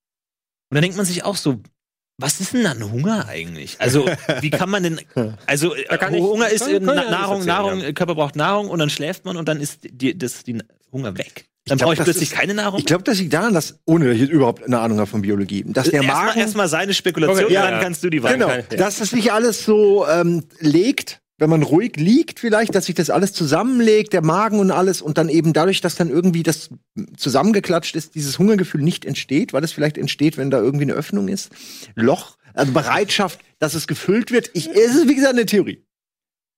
S1: Und dann denkt man sich auch so, was ist denn dann Hunger eigentlich? Also, wie kann man denn, also, äh,
S2: kann ich-
S1: Hunger ist
S2: kann-
S1: eben
S2: kann ja
S1: Na-
S2: alles
S1: Nahrung,
S2: erzählen,
S1: Nahrung,
S2: ja.
S1: äh, Körper braucht Nahrung und dann schläft man und dann ist die, das, die Hunger weg. Dann
S3: glaub,
S1: brauche ich
S3: das
S1: plötzlich
S3: ist-
S1: keine Nahrung.
S3: Ich glaube, das liegt daran, dass, ohne dass ich jetzt überhaupt eine Ahnung habe von Biologie, dass der
S1: Erstmal-
S3: Magen,
S1: erstmal seine Spekulation,
S2: Okay, ja,
S1: dann
S2: ja.
S1: kannst du die Wahl.
S3: genau,
S2: kann- ja.
S3: dass das sich alles so ähm, legt, wenn man ruhig liegt vielleicht, dass sich das alles zusammenlegt, der Magen und alles, und dann eben dadurch, dass dann irgendwie das zusammengeklatscht ist, dieses Hungergefühl nicht entsteht, weil es vielleicht entsteht, wenn da irgendwie eine Öffnung ist, Loch, also Bereitschaft, dass es gefüllt wird. Ich, es ist, wie gesagt, eine Theorie.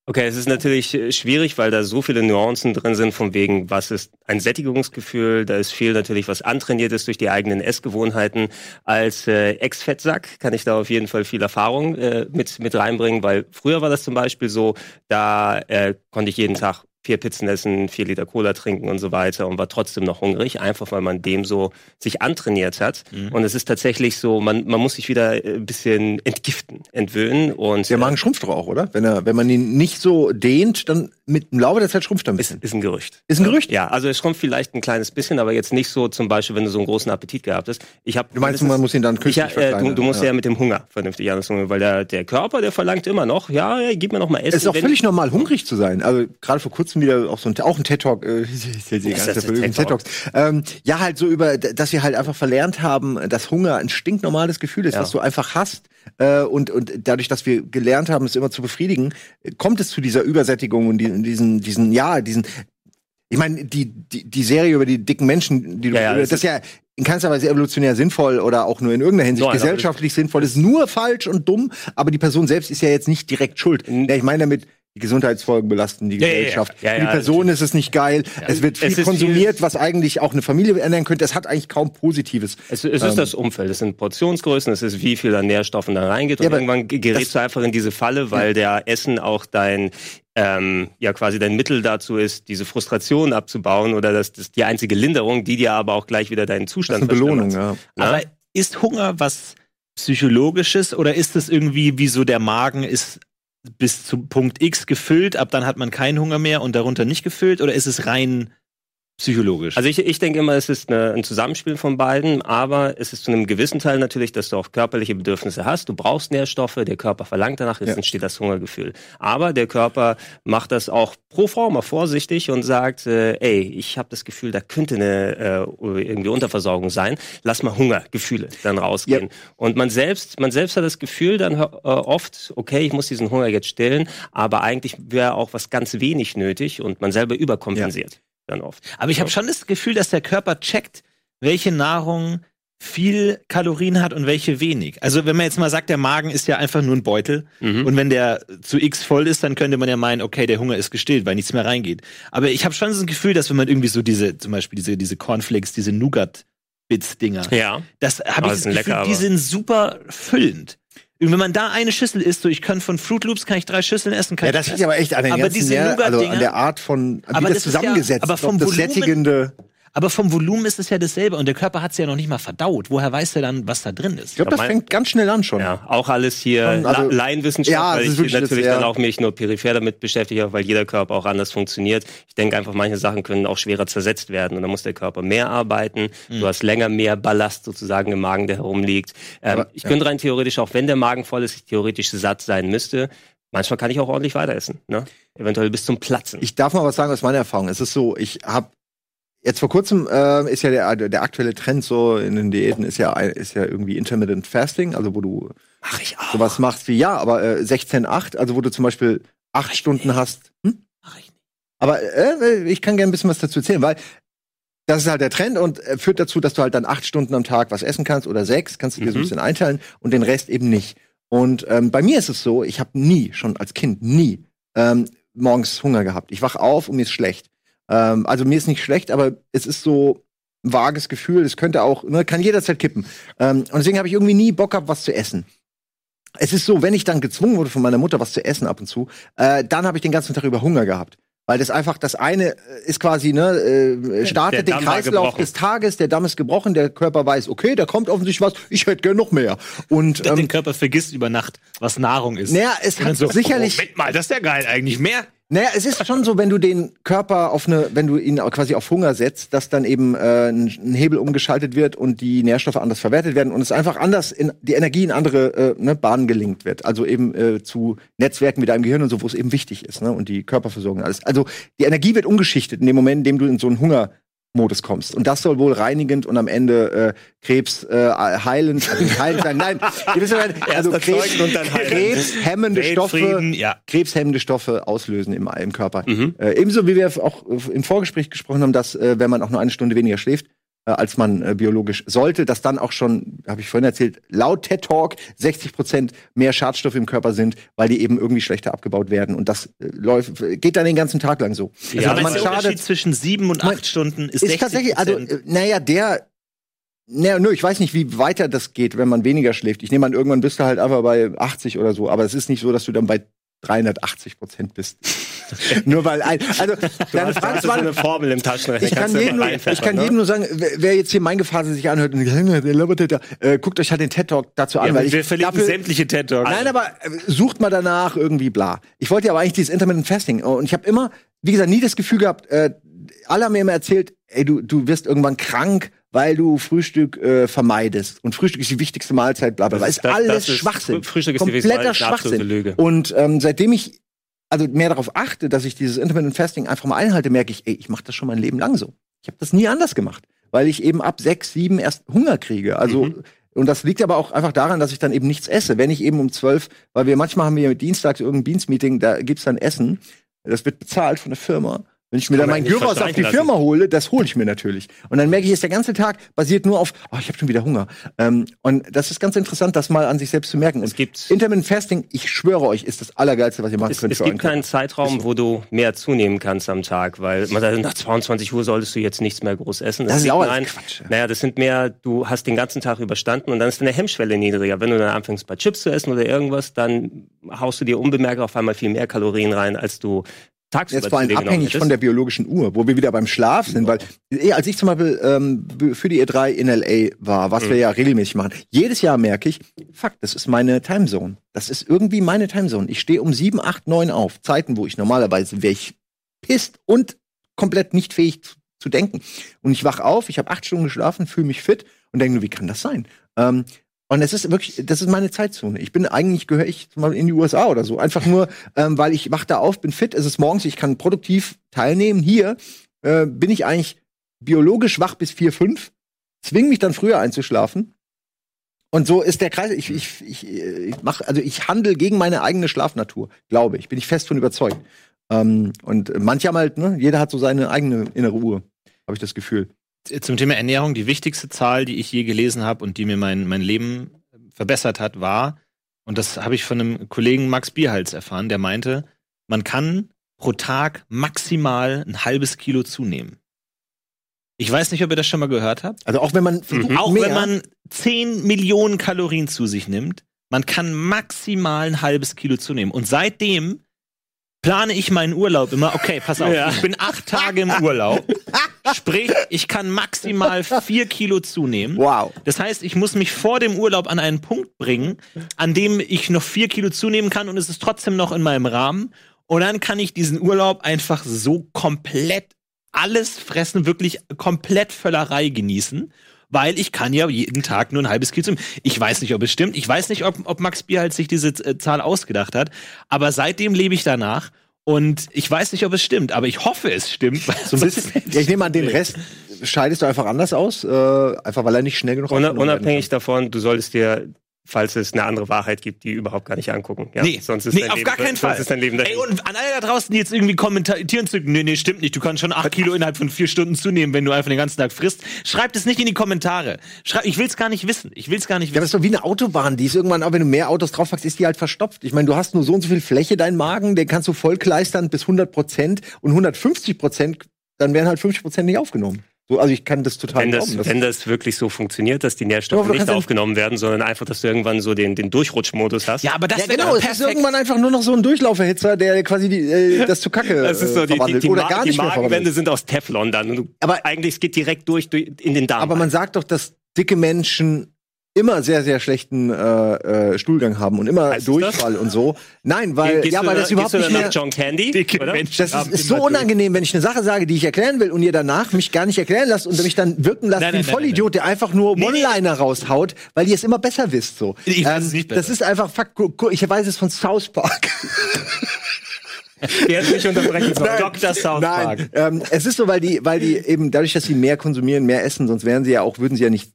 S2: Okay, es ist natürlich äh, schwierig, weil da so viele Nuancen drin sind, von wegen, was ist ein Sättigungsgefühl, da ist viel natürlich was antrainiert ist durch die eigenen Essgewohnheiten. Als äh, Ex-Fettsack kann ich da auf jeden Fall viel Erfahrung äh, mit, mit reinbringen, weil früher war das zum Beispiel so, da äh, konnte ich jeden Tag vier Pizzen essen, vier Liter Cola trinken und so weiter und war trotzdem noch hungrig, einfach weil man dem so sich antrainiert hat. Und es ist tatsächlich so, man, man muss sich wieder äh, ein bisschen entgiften, entwöhnen und
S3: Der Magen schrumpft doch auch, oder? Wenn, er, wenn man ihn nicht so dehnt, dann mit dem Laufe der Zeit schrumpft er ein bisschen.
S2: ist ein Gerücht.
S3: Ist ein Gerücht?
S2: Ja, also es schrumpft vielleicht ein kleines bisschen, aber jetzt nicht so zum Beispiel, wenn du so einen großen Appetit gehabt hast. Ich hab,
S3: Du meinst, man muss ihn dann
S2: ich,
S3: künstlich
S2: äh, du,
S3: verkleinern?
S2: du musst ja.
S3: Ja.
S2: mit dem Hunger vernünftig anders umgehen, weil der, der Körper, der verlangt immer noch, ja, ja gib mir noch mal Essen.
S3: Es ist auch
S2: wenn-
S3: völlig normal, hungrig zu sein. Also gerade vor kurzem wieder auch so ein, auch ein TED-Talk. Äh, ich sehe die
S2: Ist
S3: ganze
S2: das ein
S3: Folge
S2: TED Talk?
S3: TED-Talks. ähm, ja, halt so über, dass wir halt einfach verlernt haben, dass Hunger ein stinknormales Gefühl ist,
S2: Ja.
S3: was du einfach hast. Äh, und, und dadurch, dass wir gelernt haben, es immer zu befriedigen, kommt es zu dieser Übersättigung und die- diesen, diesen, ja, diesen. Ich meine, die, die, die Serie über die dicken Menschen, die du,
S2: Ja, ja,
S3: das
S2: das
S3: ist ja in keinster Weise evolutionär sinnvoll oder auch nur in irgendeiner Hinsicht
S2: Nein, aber das-
S3: gesellschaftlich gesellschaftlich sinnvoll ist, nur falsch und dumm, aber die Person selbst ist ja jetzt nicht direkt schuld.
S2: Mhm.
S3: Ja, ich meine damit, die Gesundheitsfolgen belasten die
S1: Ja, ja, ja.
S3: Gesellschaft.
S2: Ja, ja,
S3: Für die Person ist es nicht geil. Es wird
S2: Es
S3: viel
S2: ist viel-
S3: konsumiert, was eigentlich auch eine Familie ernähren könnte. Es hat eigentlich kaum Positives.
S2: Es, es
S3: Ähm.
S2: ist das Umfeld, es sind Portionsgrößen, es ist wie viel an Nährstoffen da reingeht
S3: Ja,
S2: und
S3: aber
S2: irgendwann ge- gerätst du einfach in diese Falle, weil der Essen auch dein ähm, ja quasi dein Mittel dazu ist, diese Frustration abzubauen oder das, das die einzige Linderung, die dir aber auch gleich wieder deinen
S3: Das
S2: Zustand
S3: ist eine Belohnung,
S2: verschlimmert.
S3: ja.
S2: Ne?
S1: Aber ist Hunger was Psychologisches oder ist es irgendwie wie so der Magen ist bis zum Punkt X gefüllt, ab dann hat man keinen Hunger mehr und darunter nicht gefüllt oder ist es rein psychologisch?
S2: Also ich, ich denke immer, es ist eine, ein Zusammenspiel von beiden, aber es ist zu einem gewissen Teil natürlich, dass du auch körperliche Bedürfnisse hast. Du brauchst Nährstoffe, der Körper verlangt danach, jetzt
S3: Ja.
S2: entsteht das Hungergefühl. Aber der Körper macht das auch pro forma vorsichtig und sagt, äh, ey, ich habe das Gefühl, da könnte eine äh, irgendwie Unterversorgung sein. Lass mal Hungergefühle dann rausgehen. Und man selbst, man selbst hat das Gefühl dann äh, oft, okay, ich muss diesen Hunger jetzt stillen, aber eigentlich wäre auch was ganz wenig nötig und man selber überkompensiert. Dann oft.
S1: Aber ich habe schon das Gefühl, dass der Körper checkt, welche Nahrung viel Kalorien hat und welche wenig. Also wenn man jetzt mal sagt, der Magen ist ja einfach nur ein Beutel
S2: Mhm.
S1: und wenn der zu X voll ist, dann könnte man ja meinen, okay, der Hunger ist gestillt, weil nichts mehr reingeht. Aber ich habe schon so ein Gefühl, dass wenn man irgendwie so diese, zum Beispiel diese, diese Cornflakes, diese Nougat-Bits-Dinger,
S2: Ja.
S1: das habe
S2: Aber
S1: ich
S2: die
S1: das
S2: sind
S1: Gefühl,
S2: lecker,
S1: die
S2: aber-
S1: sind super füllend. Und wenn man da eine Schüssel isst, so ich kann von Fruit Loops, kann ich drei Schüsseln essen, kann
S3: Ja,
S1: ich
S3: das liegt aber echt an, den
S1: Aber
S3: ganzen,
S1: diese
S3: Nähr- also an
S1: Nougat-Dinger-
S3: der Art von, wie
S1: Aber
S3: das,
S1: das ist ja-
S3: zusammengesetzt
S1: aber
S3: ist,
S1: vom
S3: ob das
S1: Volumen-
S3: sättigende.
S1: Aber vom Volumen ist es ja dasselbe und der Körper hat es ja noch nicht mal verdaut. Woher weiß er dann, was da drin ist?
S3: Ich glaube, das
S2: mein-
S3: fängt ganz schnell an schon.
S2: Ja, auch alles hier
S3: Schon,
S2: La-
S3: also-
S2: Laienwissenschaft,
S3: Ja, es
S2: weil
S3: ist
S2: ich
S3: wirklich das,
S2: natürlich
S3: ja.
S2: dann auch mich nur peripher damit beschäftige, weil jeder Körper auch anders funktioniert. Ich denke einfach, manche Sachen können auch schwerer zersetzt werden und dann muss der Körper mehr arbeiten.
S3: Mhm.
S2: Du hast länger mehr Ballast sozusagen im Magen, der herumliegt. Ähm,
S3: Aber-
S2: ich könnte rein theoretisch, auch wenn der Magen voll ist, ich theoretisch satt sein müsste. Manchmal kann ich auch ordentlich weiter essen, ne? Eventuell bis zum Platzen.
S3: Ich darf mal was sagen aus meiner Erfahrung. Es ist so, ich habe jetzt vor kurzem äh, ist ja der, der aktuelle Trend so in den Diäten ist ja ist ja irgendwie intermittent fasting, also wo du
S2: Mach ich auch.
S3: sowas machst wie ja, aber äh, 16:8, also wo du zum Beispiel acht Stunden hast. Hm?
S1: Mach ich nicht.
S3: Aber äh, ich kann gerne ein bisschen was dazu erzählen, weil das ist halt der Trend und äh, führt dazu, dass du halt dann acht Stunden am Tag was essen kannst oder sechs, kannst du dir so ein
S2: Mhm.
S3: bisschen einteilen und den Rest eben nicht. Und ähm, bei mir ist es so, ich habe nie, schon als Kind, nie ähm, morgens Hunger gehabt. Ich wach auf und mir ist schlecht. Ähm, also mir ist nicht schlecht, aber es ist so ein vages Gefühl, es könnte auch, ne, kann jederzeit kippen. Ähm, und deswegen habe ich irgendwie nie Bock gehabt, was zu essen. Es ist so, wenn ich dann gezwungen wurde von meiner Mutter, was zu essen ab und zu, äh, dann habe ich den ganzen Tag über Hunger gehabt. Weil das einfach, das eine äh, ist quasi, ne, äh, startet den
S2: Damm war
S3: Kreislauf
S2: gebrochen.
S3: des Tages, der Damm ist gebrochen, der Körper weiß, okay, da kommt offensichtlich was, ich hätte gern noch mehr. Und
S1: Den
S3: ähm,
S1: Körper vergisst über Nacht, was Nahrung ist.
S3: naja, es
S1: Und dann oh,
S3: hat sicherlich
S1: Moment mal, das ist ja geil eigentlich. Mehr?
S3: Naja, es ist schon so, wenn du den Körper auf eine, wenn du ihn quasi auf Hunger setzt, dass dann eben äh, ein, ein Hebel umgeschaltet wird und die Nährstoffe anders verwertet werden und es einfach anders in die Energie in andere äh, ne, Bahnen gelinkt wird. Also eben äh, zu Netzwerken wie deinem Gehirn und so, wo es eben wichtig ist, ne? Und die Körperversorgung und alles. Also die Energie wird umgeschichtet in dem Moment, in dem du in so einen Hungermodus kommst. Und das soll wohl reinigend und am Ende äh, Krebs äh, heilend, heilend sein. Nein, ihr wisst ja, also
S2: Erst
S3: Krebs,
S2: erzeugen und dann heilen.
S3: krebshemmende Stoffe
S1: Weltfrieden, ja.
S3: krebshemmende Stoffe auslösen im, im Körper.
S2: Mhm.
S3: Äh, ebenso wie wir auch äh, im Vorgespräch gesprochen haben, dass äh, wenn man auch nur eine Stunde weniger schläft, äh, als man äh, biologisch sollte, dass dann auch schon, habe ich vorhin erzählt, laut TED Talk 60 Prozent mehr Schadstoffe im Körper sind, weil die eben irgendwie schlechter abgebaut werden. Und das äh, läuft, geht dann den ganzen Tag lang so.
S2: Ja,
S1: also
S2: aber
S1: man
S2: es
S1: der
S2: ist
S1: Unterschied zwischen sieben und
S3: Man-
S1: acht Stunden ist,
S3: ist
S1: 60
S3: tatsächlich, also,
S1: Prozent.
S3: äh, naja, der. Naja, nö, ich weiß nicht, wie weiter das geht, wenn man weniger schläft. Ich nehme an, irgendwann bist du halt einfach bei 80 oder so, aber es ist nicht so, dass du dann bei 380 Prozent bist. Nur weil ein, also deine
S2: hast-
S3: Frage
S2: hast
S3: ist war,
S2: so eine Formel im Taschenrechner.
S3: ich kann,
S2: kannst du
S3: jedem nur,
S2: reinpfeffern,
S3: ich kann
S2: ne?
S3: jedem nur sagen, wer, wer jetzt hier mein Gefasel sich anhört und der labert da, äh, guckt euch halt den TED Talk dazu an,
S1: Ja,
S3: weil ich
S1: wir verlinken
S3: dafür-
S1: sämtliche TED Talks.
S3: Nein, aber äh, sucht mal danach irgendwie bla. Ich wollte ja aber eigentlich dieses Intermittent Fasting Oh, und ich habe immer, wie gesagt, nie das Gefühl gehabt, äh, alle haben mir immer erzählt, ey, du, du wirst irgendwann krank, weil du Frühstück äh, vermeidest. Und Frühstück ist die wichtigste Mahlzeit, bla bla bla.
S2: Das
S3: Ist
S2: ist- das-
S3: alles
S2: das ist-
S3: Schwachsinn.
S2: Frühstück ist die wichtigste
S3: Kompletter
S2: Mahlzeit, eine absolute
S3: Schwachsinn.
S2: Lüge.
S3: Und ähm, seitdem ich also mehr darauf achte, dass ich dieses Intermittent Fasting einfach mal einhalte, merke ich, ey, ich mache das schon mein Leben lang so. Ich habe das nie anders gemacht, weil ich eben ab sechs, sieben erst Hunger kriege. Also
S2: Mhm.
S3: und das liegt aber auch einfach daran, dass ich dann eben nichts esse. Wenn ich eben um zwölf, weil wir manchmal haben wir dienstags irgendein Beans-Meeting, da gibt's dann Essen, das wird bezahlt von der Firma. Wenn ich mir
S2: Kann
S3: dann
S2: man
S3: meinen
S2: nicht
S3: Gyros auf
S2: verstreichen
S3: die
S2: lassen.
S3: Firma hole, das hole ich mir natürlich. Und dann merke ich, ist der ganze Tag basiert nur auf, oh, ich habe schon wieder Hunger. Ähm, und das ist ganz interessant, das mal an sich selbst zu merken.
S2: Es
S3: Und
S2: gibt-
S3: Intermittent Fasting, ich schwöre euch, ist das Allergeilste, was ihr machen
S2: Es,
S3: könnt
S2: es
S3: für euren
S2: gibt
S3: Körper.
S2: keinen Zeitraum, wo du mehr zunehmen kannst am Tag, weil man sagt, nach 22 Uhr solltest du jetzt nichts mehr groß essen.
S3: Das ist
S2: sieht
S3: auch
S2: man
S3: alles
S2: ein.
S3: Quatsch, ja.
S2: Naja, das sind mehr, du hast den ganzen Tag überstanden und dann ist deine Hemmschwelle niedriger. Wenn du dann anfängst, ein paar Chips zu essen oder irgendwas, dann haust du dir unbemerkt auf einmal viel mehr Kalorien rein, als du tagsüber
S3: Jetzt vor allem
S2: zu dir genommen
S3: abhängig
S2: hättest.
S3: von der biologischen Uhr, wo wir wieder beim Schlaf sind, weil eh, als ich zum Beispiel ähm, b- für die E3 in LA war, was wir ja regelmäßig machen, jedes Jahr merke ich, fuck, das ist meine Timezone. Das ist irgendwie meine Timezone. Ich stehe um sieben, acht, neun auf, Zeiten, wo ich normalerweise wäre ich pisst und komplett nicht fähig zu- zu denken. Und ich wach auf, ich habe acht Stunden geschlafen, fühle mich fit und denke nur, wie kann das sein? Ähm, und es ist wirklich, das ist meine Zeitzone. Ich bin eigentlich, gehöre ich zum Beispiel in die USA oder so. Einfach nur, ähm, weil ich wach da auf, bin fit, es ist morgens, ich kann produktiv teilnehmen. Hier äh, bin ich eigentlich biologisch wach bis vier fünf, zwing mich dann früher einzuschlafen. Und so ist der Kreis. Ich, ich, ich, äh, ich mach, also ich handle gegen meine eigene Schlafnatur, glaube ich. Bin ich fest von überzeugt. Ähm, und manchmal, halt, ne, jeder hat so seine eigene innere Uhr, habe ich das Gefühl.
S1: Äh, Zum Thema Ernährung, die wichtigste Zahl, die ich je gelesen habe und die mir mein, mein Leben verbessert hat, war, und das habe ich von einem Kollegen Max Bierhals erfahren, der meinte, man kann pro Tag maximal ein halbes Kilo zunehmen. Ich weiß nicht, ob ihr das schon mal gehört habt.
S3: Also auch wenn man versucht,
S1: Mhm. Auch
S3: mehr-
S1: wenn man 10 Millionen Kalorien zu sich nimmt, man kann maximal ein halbes Kilo zunehmen. Und seitdem plane ich meinen Urlaub immer, okay, pass auf,
S2: Ja.
S1: ich bin acht Tage im Urlaub. sprich, ich kann maximal vier Kilo zunehmen.
S3: Wow.
S1: Das heißt, ich muss mich vor dem Urlaub an einen Punkt bringen, an dem ich noch vier Kilo zunehmen kann und es ist trotzdem noch in meinem Rahmen. Und dann kann ich diesen Urlaub einfach so komplett alles fressen, wirklich komplett Völlerei genießen. Weil ich kann ja jeden Tag nur ein halbes Kilo zunehmen. Ich weiß nicht, ob es stimmt. Ich weiß nicht, ob, ob Max Bierhalt sich diese äh, Zahl ausgedacht hat. Aber seitdem lebe ich danach. Und ich weiß nicht, ob es stimmt. Aber ich hoffe, es stimmt. weil sonst-
S3: Ja, ich nehme an, den Rest scheidest du einfach anders aus, äh, einfach weil er nicht schnell genug
S2: Una-
S3: aufgenommen werden
S2: Unabhängig davon, du solltest dir falls es eine andere Wahrheit gibt, die überhaupt gar nicht angucken. Ja?
S1: Nee,
S2: sonst ist
S1: nee
S2: dein
S1: auf
S2: Leben,
S1: gar keinen
S2: sonst
S1: Fall.
S2: Ist dein Leben
S1: Ey,
S2: dahin.
S1: und an alle da draußen, die jetzt irgendwie kommentieren zücken, nee, nee, stimmt nicht, du kannst schon 8 Kilo innerhalb von 4 Stunden zunehmen, wenn du einfach den ganzen Tag frisst. Schreibt es nicht in die Kommentare. Schrei ich will's gar nicht wissen. Ich will's gar nicht
S3: Ja,
S1: wissen.
S3: das ist doch wie eine Autobahn, die ist irgendwann, auch wenn du mehr Autos draufpackst, ist die halt verstopft. Ich meine, du hast nur so und so viel Fläche, dein Magen, den kannst du vollkleistern bis 100 Prozent und 150 Prozent, dann werden halt 50 Prozent nicht aufgenommen. So, also ich kann das total
S2: Wenn das,
S3: glauben. Das-
S2: wenn das wirklich so funktioniert, dass die Nährstoffe
S3: Aber du
S2: nicht
S3: kannst ja-
S2: aufgenommen werden, sondern einfach, dass du irgendwann so den, den Durchrutschmodus hast.
S1: Ja, aber das
S3: ja,
S1: wär
S3: genau,
S1: doch
S3: es ist irgendwann einfach nur noch so ein Durchlauferhitzer, der quasi die, äh, das zu Kacke
S2: das ist so, die,
S3: äh,
S2: die,
S3: verwandelt
S2: die,
S3: oder
S2: Ma-
S3: gar
S2: die
S3: nicht mehr verwandelt.
S2: Magenwände sind aus Teflon dann. Und du,
S3: Aber-
S2: eigentlich es geht direkt durch, durch in den Darm.
S3: Aber man sagt doch, dass dicke Menschen immer sehr, sehr schlechten äh, äh, Stuhlgang haben und immer
S2: Heißt es
S3: Durchfall und so. Nein, weil,
S2: Gehst
S3: ja,
S2: du
S3: weil
S2: da-
S3: das überhaupt
S2: gehst
S3: nicht
S2: du da
S3: mehr...
S2: nach John Candy. oder?
S3: Das ist, ist so unangenehm, wenn ich eine Sache sage, die ich erklären will und ihr danach mich gar nicht erklären lasst und mich dann wirken lasst
S1: Nein,
S3: wie ein
S1: nein, nein,
S3: Vollidiot, der einfach nur
S1: Nee, nee.
S3: One-Liner raushaut, weil ihr es immer besser wisst. So. Ähm,
S1: Ich weiß es nicht besser.
S3: Das ist einfach, fuck, gu- gu- ich weiß es von South Park.
S2: Der hat mich unterbrechen sollen. Dr. South Park.
S3: Nein, ähm, es ist so, weil die, weil die eben dadurch, dass sie mehr konsumieren, mehr essen, sonst wären sie ja auch, würden sie ja nicht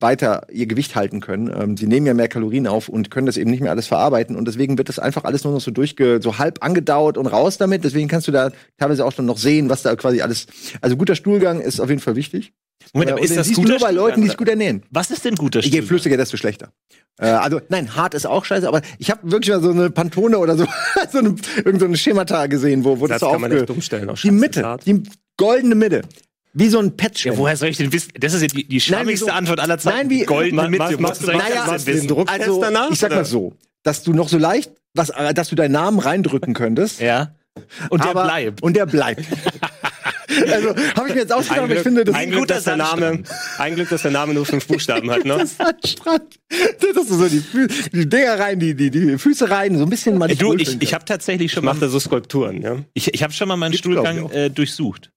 S3: weiter ihr Gewicht halten können. Ähm, sie nehmen ja mehr Kalorien auf und können das eben nicht mehr alles verarbeiten und deswegen wird das einfach alles nur noch so durchge, so halb angedaut und raus damit. Deswegen kannst du da teilweise auch dann noch sehen, was da quasi alles. Also guter Stuhlgang ist auf jeden Fall wichtig.
S1: Moment, aber
S3: Äh, und
S1: ist
S3: den
S1: das
S3: siehst du
S1: guter
S3: nur bei Leuten, die sich
S1: Stuhlgang?
S3: gut ernähren.
S1: Was ist denn guter
S3: Je
S1: Stuhlgang?
S3: flüssiger, desto schlechter. Äh, also, nein, hart ist auch scheiße, aber ich habe wirklich mal so eine Pantone oder so, so eine, irgend so ein Schemata gesehen, wo, wo das
S2: Satz
S3: so
S2: kann man
S3: aufge
S2: echt umstellen. Auch
S3: die Mitte,
S2: Scheiße,
S3: die goldene Mitte. Wie so ein patch
S1: Ja, woher soll ich denn wissen? Das ist ja die, die schlammigste
S3: wieso?
S1: Antwort aller Zeiten.
S3: Nein, wie-
S1: Goldene
S2: Ma- ma-
S1: Mitte.
S2: ma-
S1: Woher soll ich
S3: naja,
S1: das denn wissen?
S2: Druck
S3: also,
S2: danach,
S3: ich sag mal
S2: oder?
S3: so, dass du noch so leicht, was, äh, dass du deinen Namen reindrücken könntest.
S1: Ja. Und der
S3: aber-
S1: bleibt.
S3: Und der bleibt. also, habe ich mir jetzt ausgedacht, aber ich finde, das
S2: ein Glück, dass der Name, ein Glück, dass der Name nur fünf Buchstaben hat, ne?
S3: Das ist ein Strand. Das ist so die, Fü- die Dinger rein, die, die, die Füße rein, so ein bisschen mal.
S1: Ey,
S3: die
S1: du,
S3: Schultern.
S1: ich, ich habe tatsächlich schon
S2: Macht
S1: mal,
S2: er so Skulpturen, ja?
S1: ich, ich hab schon mal meinen
S3: Gibt's, glaub
S1: Stuhlgang
S3: ich,
S1: äh, durchsucht.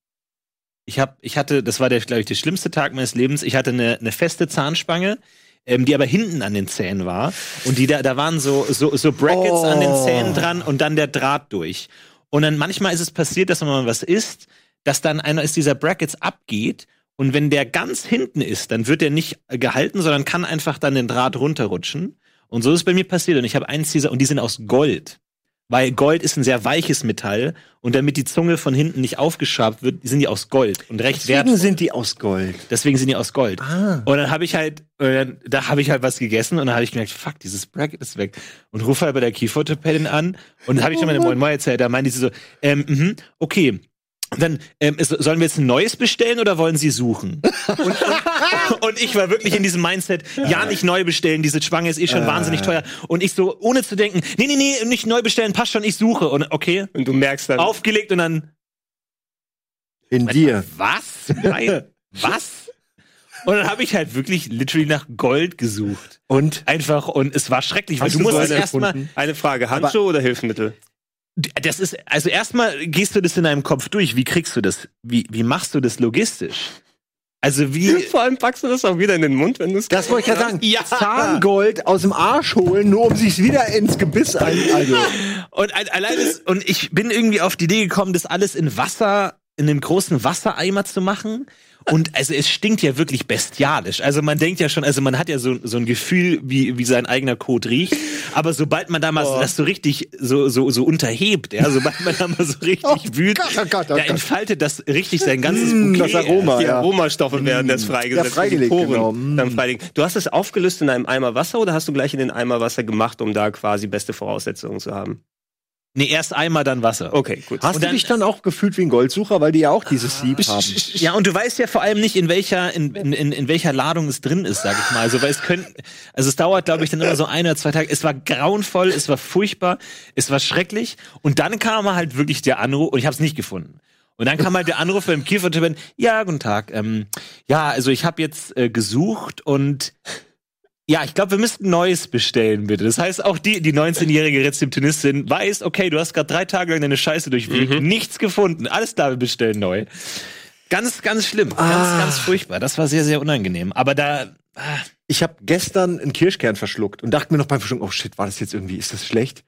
S1: Ich hab, ich hatte, das war der, glaube ich, der schlimmste Tag meines Lebens. Ich hatte eine, eine feste Zahnspange, ähm, die aber hinten an den Zähnen war und die da, da waren so so, so Brackets
S3: Oh.
S1: an den Zähnen dran und dann der Draht durch. Und dann manchmal ist es passiert, dass wenn man was isst, dass dann einer ist dieser Brackets abgeht und wenn der ganz hinten ist, dann wird der nicht äh, gehalten, sondern kann einfach dann den Draht runterrutschen. Und so ist es bei mir passiert und ich habe eins dieser und die sind aus Gold. Weil Gold ist ein sehr weiches Metall und damit die Zunge von hinten nicht aufgeschabt wird, sind die aus Gold und recht
S3: Deswegen
S1: wertvoll.
S3: sind die aus Gold.
S1: Deswegen sind die aus Gold.
S3: Ah.
S1: Und dann habe ich halt, äh, dann, da habe ich halt was gegessen und dann habe ich gemerkt, fuck, dieses Bracket ist weg. Und rufe halt bei der Keyfotopädin an und dann habe ich dann meine Moin Moin erzählt. Da meinte sie so, ähm, mhm, okay. Und dann, ähm, ist, sollen wir jetzt ein neues bestellen oder wollen Sie suchen? und, und, und ich war wirklich in diesem Mindset, ja, nicht neu bestellen, diese Schwange ist eh schon wahnsinnig teuer. Und ich so, ohne zu denken, nee, nee, nee, nicht neu bestellen, passt schon, ich suche. Und okay,
S2: Und du merkst dann,
S1: aufgelegt und dann,
S3: In dir.
S1: was? Nein, was? Und dann habe ich halt wirklich literally nach Gold gesucht.
S3: Und?
S1: Einfach und es war schrecklich, weil
S2: Hast
S1: du
S2: du
S1: musst
S2: so
S1: es
S2: eine
S1: erstmal.
S3: erfunden?
S2: eine Frage, Handschuhe oder Hilfsmittel?
S1: Das ist, also erstmal gehst du das in deinem Kopf durch. Wie kriegst du das? Wie, wie machst du das logistisch? Also wie.
S2: Vor allem packst du das auch wieder in den Mund, wenn du es
S3: Das wollte ich gerade sagen.
S1: Ja.
S3: Zahngold aus dem Arsch holen, nur um sich's wieder ins Gebiss ein. Also,
S1: Und al- allein das, und ich bin irgendwie auf die Idee gekommen, das alles in Wasser, in einem großen Wassereimer zu machen. Und also es stinkt ja wirklich bestialisch. Also man denkt ja schon, also man hat ja so, so ein Gefühl, wie, wie sein eigener Kot riecht. Aber sobald man da mal so- das so richtig so, so, so unterhebt, ja, sobald man da mal so richtig wühlt,
S3: Gott, oh Gott,
S1: da
S3: oh Gott. Mm,
S1: entfaltet das richtig sein ganzes Bouquet.
S3: das Aroma.
S2: Die
S3: Ja. Mm.
S2: Aromastoffe werden jetzt freigesetzt.
S3: Ja, freigelegt,
S2: die Poren
S3: genau. Mm.
S2: Dann freigelegt. Du hast es aufgelöst in einem Eimer Wasser oder hast du gleich in den Eimer Wasser gemacht, um da quasi beste Voraussetzungen zu haben?
S1: Nee, erst einmal dann Wasser.
S2: Okay, gut.
S1: Und
S3: hast du
S1: dann- Ah.
S3: dich dann auch gefühlt wie ein Goldsucher, weil die ja auch dieses Sieb haben?
S1: Ja, und du weißt ja vor allem nicht, in welcher, in, in, in, in welcher Ladung es drin ist, sag ich mal. Also, weil es könnten, also es dauert, glaube ich, dann immer so ein oder zwei Tage. Es war grauenvoll, es war furchtbar, es war schrecklich. Und dann kam halt wirklich der Anruf, und ich habe es nicht gefunden. Und dann kam halt der Anruf beim Kiefer-Typen, ja, guten Tag. Ähm, ja, also ich habe jetzt äh, gesucht und ja, ich glaube, wir müssten Neues bestellen, bitte. Das heißt, auch die, die 19-jährige Rezeptionistin weiß, okay, du hast gerade drei Tage lang deine Scheiße durchwühlt, nichts gefunden. Alles klar, wir bestellen neu. Ganz, ganz schlimm. Ganz, ganz furchtbar. Das war sehr, sehr unangenehm. Aber da,
S3: Ich habe gestern einen Kirschkern verschluckt und dachte mir noch beim Verschlucken, oh shit, war das jetzt irgendwie, ist das schlecht?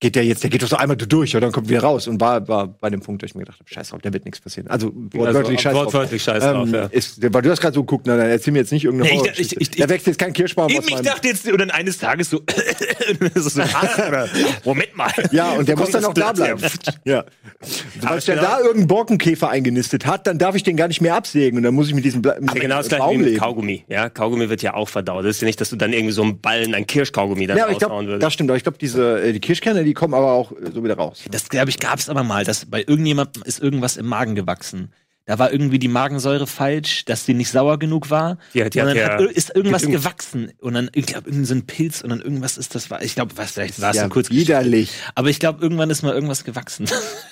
S3: Geht der jetzt, der geht doch so einmal durch, oder dann kommt wieder raus. Und war, war bei dem Punkt, dass ich mir gedacht habe, scheiß drauf, da wird nichts passieren. Also wortwörtlich scheiß drauf. Ähm,
S2: wortwörtlich scheiß drauf, ja.
S3: ist, weil du hast gerade so geguckt, na, dann erzähl mir jetzt nicht irgendeine
S1: Nee, ich-
S3: Horrorgeschichte.
S1: ich- ich-
S3: Da wächst jetzt kein Kirschbaum aus
S1: eben, ich
S3: meinem...
S1: dachte jetzt, und dann eines Tages so, das ist so ach, oder, Moment mal.
S3: Ja, und der muss dann auch da bleiben. Ja. Falls der da irgendeinen Borkenkäfer eingenistet hat, dann darf ich den gar nicht mehr absägen. Und dann muss ich mit diesem Bla mit
S2: Ja, genau das
S3: dem
S2: gleiche wie mit
S3: leben.
S2: Kaugummi. Ja, Kaugummi wird ja auch verdaut. Das ist ja nicht, dass du dann irgendwie so einen Ballen an Kirschkaugummi dann
S3: Ja, aber ich
S2: raushauen
S3: glaube,
S2: würdest.
S3: das stimmt. Aber ich glaube, diese äh, die Kirschkerne, die kommen aber auch äh, so wieder raus.
S1: Das, glaube ich, gab's aber mal, dass bei irgendjemandem ist irgendwas im Magen gewachsen. Da war irgendwie die Magensäure falsch, dass die nicht sauer genug war.
S2: Ja, die
S1: und
S2: hat
S1: dann
S2: ja-
S1: hat, ir- ist irgendwas
S2: die hat irgend-
S1: gewachsen. Und dann, ich glaube, irgendein so ein Pilz und dann irgendwas ist das, war- ich glaube, was, vielleicht war es
S3: ja
S1: so kurz.
S3: widerlich.
S1: Aber ich glaube, irgendwann ist mal irgendwas gewachsen.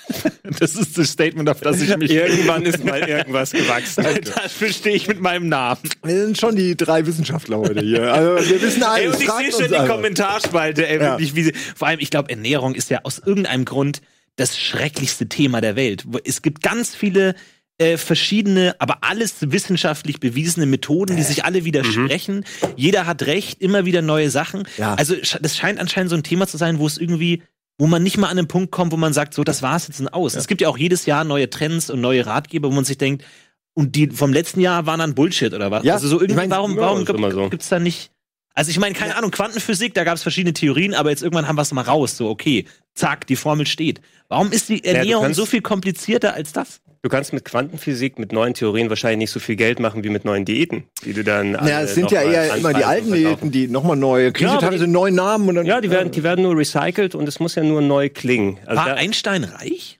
S1: das ist das Statement, auf das ich mich.
S2: Irgendwann ist mal irgendwas gewachsen. Also,
S1: Da verstehe ich mit meinem Namen.
S3: Wir sind schon die drei Wissenschaftler heute hier. Also, wir wissen
S1: Ey,
S3: alles.
S1: und ich
S3: Fragt
S1: sehe
S3: uns
S1: schon die
S3: einfach.
S1: Kommentarspalte, ey,
S3: Ja.
S1: wirklich, wie sie, vor allem, ich glaube, Ernährung ist ja aus irgendeinem Grund das schrecklichste Thema der Welt. Wo- Es gibt ganz viele äh, verschiedene, aber alles wissenschaftlich bewiesene Methoden, die sich alle widersprechen. Jeder hat recht, immer wieder neue Sachen.
S3: Ja.
S1: Also sch- das scheint anscheinend so ein Thema zu sein, wo es irgendwie wo man nicht mal an den Punkt kommt, wo man sagt, so, das war's jetzt und aus. Es gibt ja auch jedes Jahr neue Trends und neue Ratgeber, wo man sich denkt, und die vom letzten Jahr waren dann Bullshit oder was?
S3: Ja,
S1: also so irgendwie,
S3: ich mein,
S1: warum,
S2: ja,
S1: warum
S2: ist immer so.
S1: gibt es da nicht. Also ich meine, keine Ahnung, Quantenphysik, da gab es verschiedene Theorien, aber jetzt irgendwann haben wir es mal raus. So, okay, zack, die Formel steht. Warum ist die
S2: du
S1: Ernährung
S2: kannst-
S1: so viel komplizierter als das?
S2: Du kannst mit Quantenphysik, mit neuen Theorien wahrscheinlich nicht so viel Geld machen wie mit neuen Diäten, die du dann.
S3: Ja,
S2: alle
S3: es sind
S2: noch
S3: ja
S2: mal
S3: eher immer die
S2: anpreisen
S3: alten
S2: und verkaufen.
S3: Diäten, die nochmal neue. Kriegen
S2: Ja,
S3: sie
S2: aber
S3: teilweise einen neuen Namen und dann.
S2: Ja, die werden, die werden nur recycelt und es muss ja nur neu klingen. Also
S1: War
S2: da,
S1: Einstein reich?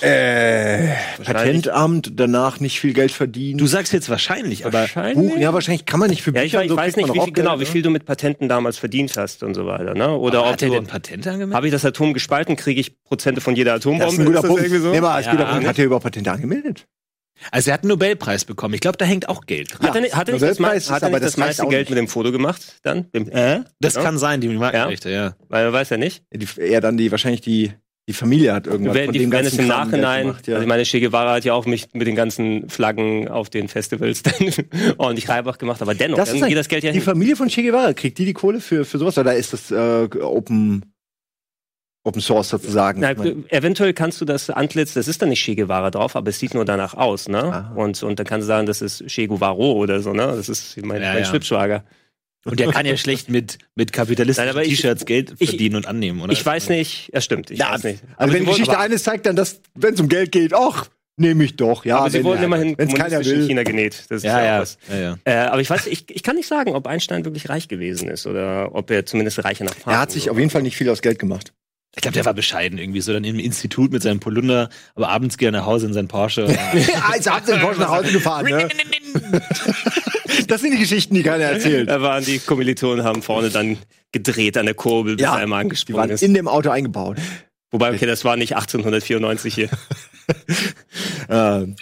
S3: Äh, Patentamt, danach nicht viel Geld verdienen.
S1: Du sagst jetzt wahrscheinlich, aber
S2: Wahrscheinlich.
S3: Buch, ja, wahrscheinlich kann man nicht für
S2: Ja,
S3: Bücher.
S2: ich, ich
S3: und so
S2: weiß
S3: kriegt
S2: nicht,
S3: man
S2: wie
S3: auch
S2: viel,
S3: Geld,
S2: genau, wie
S3: ne?
S2: viel du mit Patenten damals verdient hast und so weiter, ne? Oder
S1: aber
S2: ob
S1: hat er
S2: du,
S1: denn Patent angemeldet?
S2: habe ich das Atom gespalten, kriege ich Prozente von jeder Atombombe.
S3: Das ist ein guter
S2: das
S3: Punkt.
S2: irgendwie so?
S3: Nee, aber als
S1: Ja,
S3: guter Punkt
S1: ne?
S3: hat er über Patente angemeldet.
S1: Also er hat einen Nobelpreis bekommen. Ich glaube, da hängt auch Geld dran.
S2: Hat er nicht, hat er nicht das, mei-
S3: Nobelpreis ist
S2: hat er
S3: aber
S2: nicht das
S3: das reicht
S2: meiste
S3: auch
S2: Geld
S3: nicht.
S2: mit dem Foto gemacht? Dann? Dem, äh?
S1: Das
S2: Ja.
S1: kann sein, die Markenrechte, ja.
S2: Weil man weiß ja nicht.
S3: Die, er dann die wahrscheinlich die die Familie hat irgendwas
S2: Wenn,
S3: von
S2: die,
S3: dem
S2: wenn
S3: ganzen
S2: es im
S3: Kram Geld
S2: Nachhinein,
S3: gemacht, ja.
S2: also ich meine, Che Guevara hat ja auch mich mit den ganzen Flaggen auf den Festivals dann ordentlich Reibach gemacht, aber dennoch,
S3: Das
S2: dann
S3: ist ein-
S2: geht das Geld ja
S3: die
S2: hin.
S3: Familie von Che Guevara kriegt die die Kohle für für sowas oder ist das äh, Open Open Source sozusagen?
S2: Na,
S3: Ich mein,
S2: eventuell kannst du das Antlitz, das ist dann nicht Che Guevara drauf, aber es sieht nur danach aus, ne?
S3: Ah.
S2: Und, und dann kannst du sagen, das ist Che Guevaro oder so, ne? Das ist mein,
S1: Ja,
S2: mein
S1: ja.
S2: Stippschwager.
S1: Und der kann ja schlecht mit, mit
S2: Nein,
S1: kapitalistischen
S2: aber ich-
S1: T-Shirts Geld
S2: ich-
S1: verdienen und annehmen, oder?
S2: Ich weiß nicht, ja stimmt, ich
S3: ja,
S2: weiß nicht.
S3: Also wenn
S2: sie
S3: die Geschichte
S2: aber,
S3: eines zeigt, dann das, wenn es um Geld geht, ach, nehme ich doch. Ja,
S2: aber sie
S3: wenn-
S2: wurden immerhin
S3: wenn's keiner
S2: kommunistisch in
S3: will.
S2: China genäht. Das ist
S1: Ja,
S2: ja,
S1: ja.
S2: auch was.
S1: ja, ja.
S2: Äh, aber ich weiß, ich, ich kann nicht sagen, ob Einstein wirklich reich gewesen ist oder ob er zumindest reicher nach Farben
S3: Er hat sich auf jeden Fall nicht viel aus Geld gemacht.
S1: Ich glaube, der war bescheiden irgendwie, so dann im Institut mit seinem Polunder, aber abends geht er nach Hause in sein Porsche.
S3: also habt ihr den Porsche nach Hause gefahren, ne? Das sind die Geschichten, die keiner erzählt.
S2: Da waren die Kommilitonen, haben vorne dann gedreht an der Kurbel, bis er einmal
S3: die
S2: angesprungen
S3: waren
S2: ist.
S3: in dem Auto eingebaut.
S2: Wobei, okay, das war nicht 1894 hier.
S3: Ähm,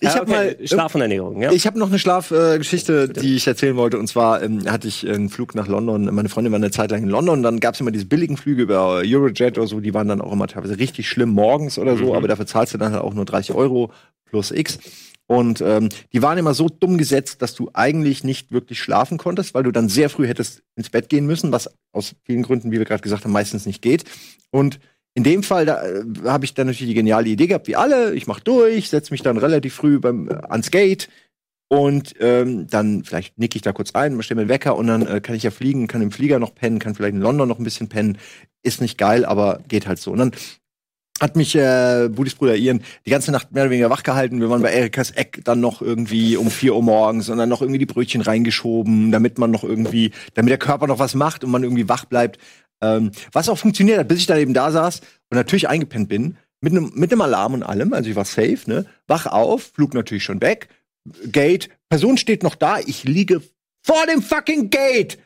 S3: ich
S2: Ja,
S3: habe
S2: okay,
S3: mal
S2: Schlaf und Ernährung, ja?
S3: Ich habe noch eine Schlafgeschichte, äh, Geschichte, die ich erzählen wollte. Und zwar ähm, hatte ich einen Flug nach London. Meine Freundin war eine Zeit lang in London. Dann gab es immer diese billigen Flüge über Eurojet oder so. Die waren dann auch immer teilweise richtig schlimm morgens oder so. Aber dafür zahlst du dann halt auch nur 30 Euro plus X. Und ähm, die waren immer so dumm gesetzt, dass du eigentlich nicht wirklich schlafen konntest, weil du dann sehr früh hättest ins Bett gehen müssen, was aus vielen Gründen, wie wir gerade gesagt haben, meistens nicht geht. Und in dem Fall da, äh, habe ich dann natürlich die geniale Idee gehabt, wie alle, ich mach durch, setze mich dann relativ früh beim, äh, ans Gate, und ähm, dann vielleicht nicke ich da kurz ein, stelle mir einen Wecker und dann äh, kann ich ja fliegen, kann im Flieger noch pennen, kann vielleicht in London noch ein bisschen pennen. Ist nicht geil, aber geht halt so. Und dann hat mich äh, Budis Bruder Ian die ganze Nacht mehr oder weniger wach gehalten. Wir waren bei Erikas Eck dann noch irgendwie um 4 Uhr morgens und dann noch irgendwie die Brötchen reingeschoben, damit man noch irgendwie, damit der Körper noch was macht und man irgendwie wach bleibt. Ähm, was auch funktioniert hat, bis ich dann eben da saß und natürlich eingepennt bin, mit einem mit nem Alarm und allem, also ich war safe, ne? Wach auf, Flug natürlich schon weg, Gate, Person steht noch da, ich liege vor dem fucking Gate.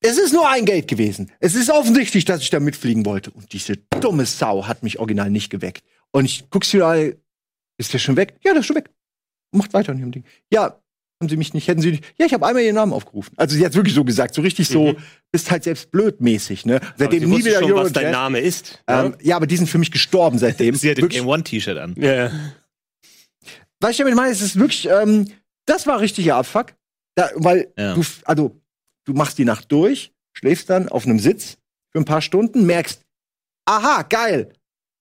S3: Es ist nur ein Gate gewesen. Es ist offensichtlich, dass ich da mitfliegen wollte. Und diese dumme Sau hat mich original nicht geweckt. Und ich guck's wieder, an, ist der schon weg? Ja, der ist schon weg. Macht weiter an dem Ding. Ja, haben sie mich nicht, hätten sie nicht. Ja, ich habe einmal ihren Namen aufgerufen. Also sie hat wirklich so gesagt, so richtig so, bist halt selbst blöd mäßig, ne?
S2: Mhm. aber
S3: Seitdem
S2: sie
S3: nie
S2: wusste
S3: wieder
S2: schon, was dein
S3: Eurojet.
S2: Name ist.
S3: Ähm, ja, aber die sind für mich gestorben seitdem.
S1: Sie hat ein
S3: Wirklich
S1: Game One-T-Shirt an.
S2: ja. ja.
S3: was ich damit meine, es ist wirklich, ähm, das war richtiger Abfuck. Da, weil
S1: Ja.
S3: du, f- also, du machst die Nacht durch, schläfst dann auf einem Sitz für ein paar Stunden, merkst, aha, geil,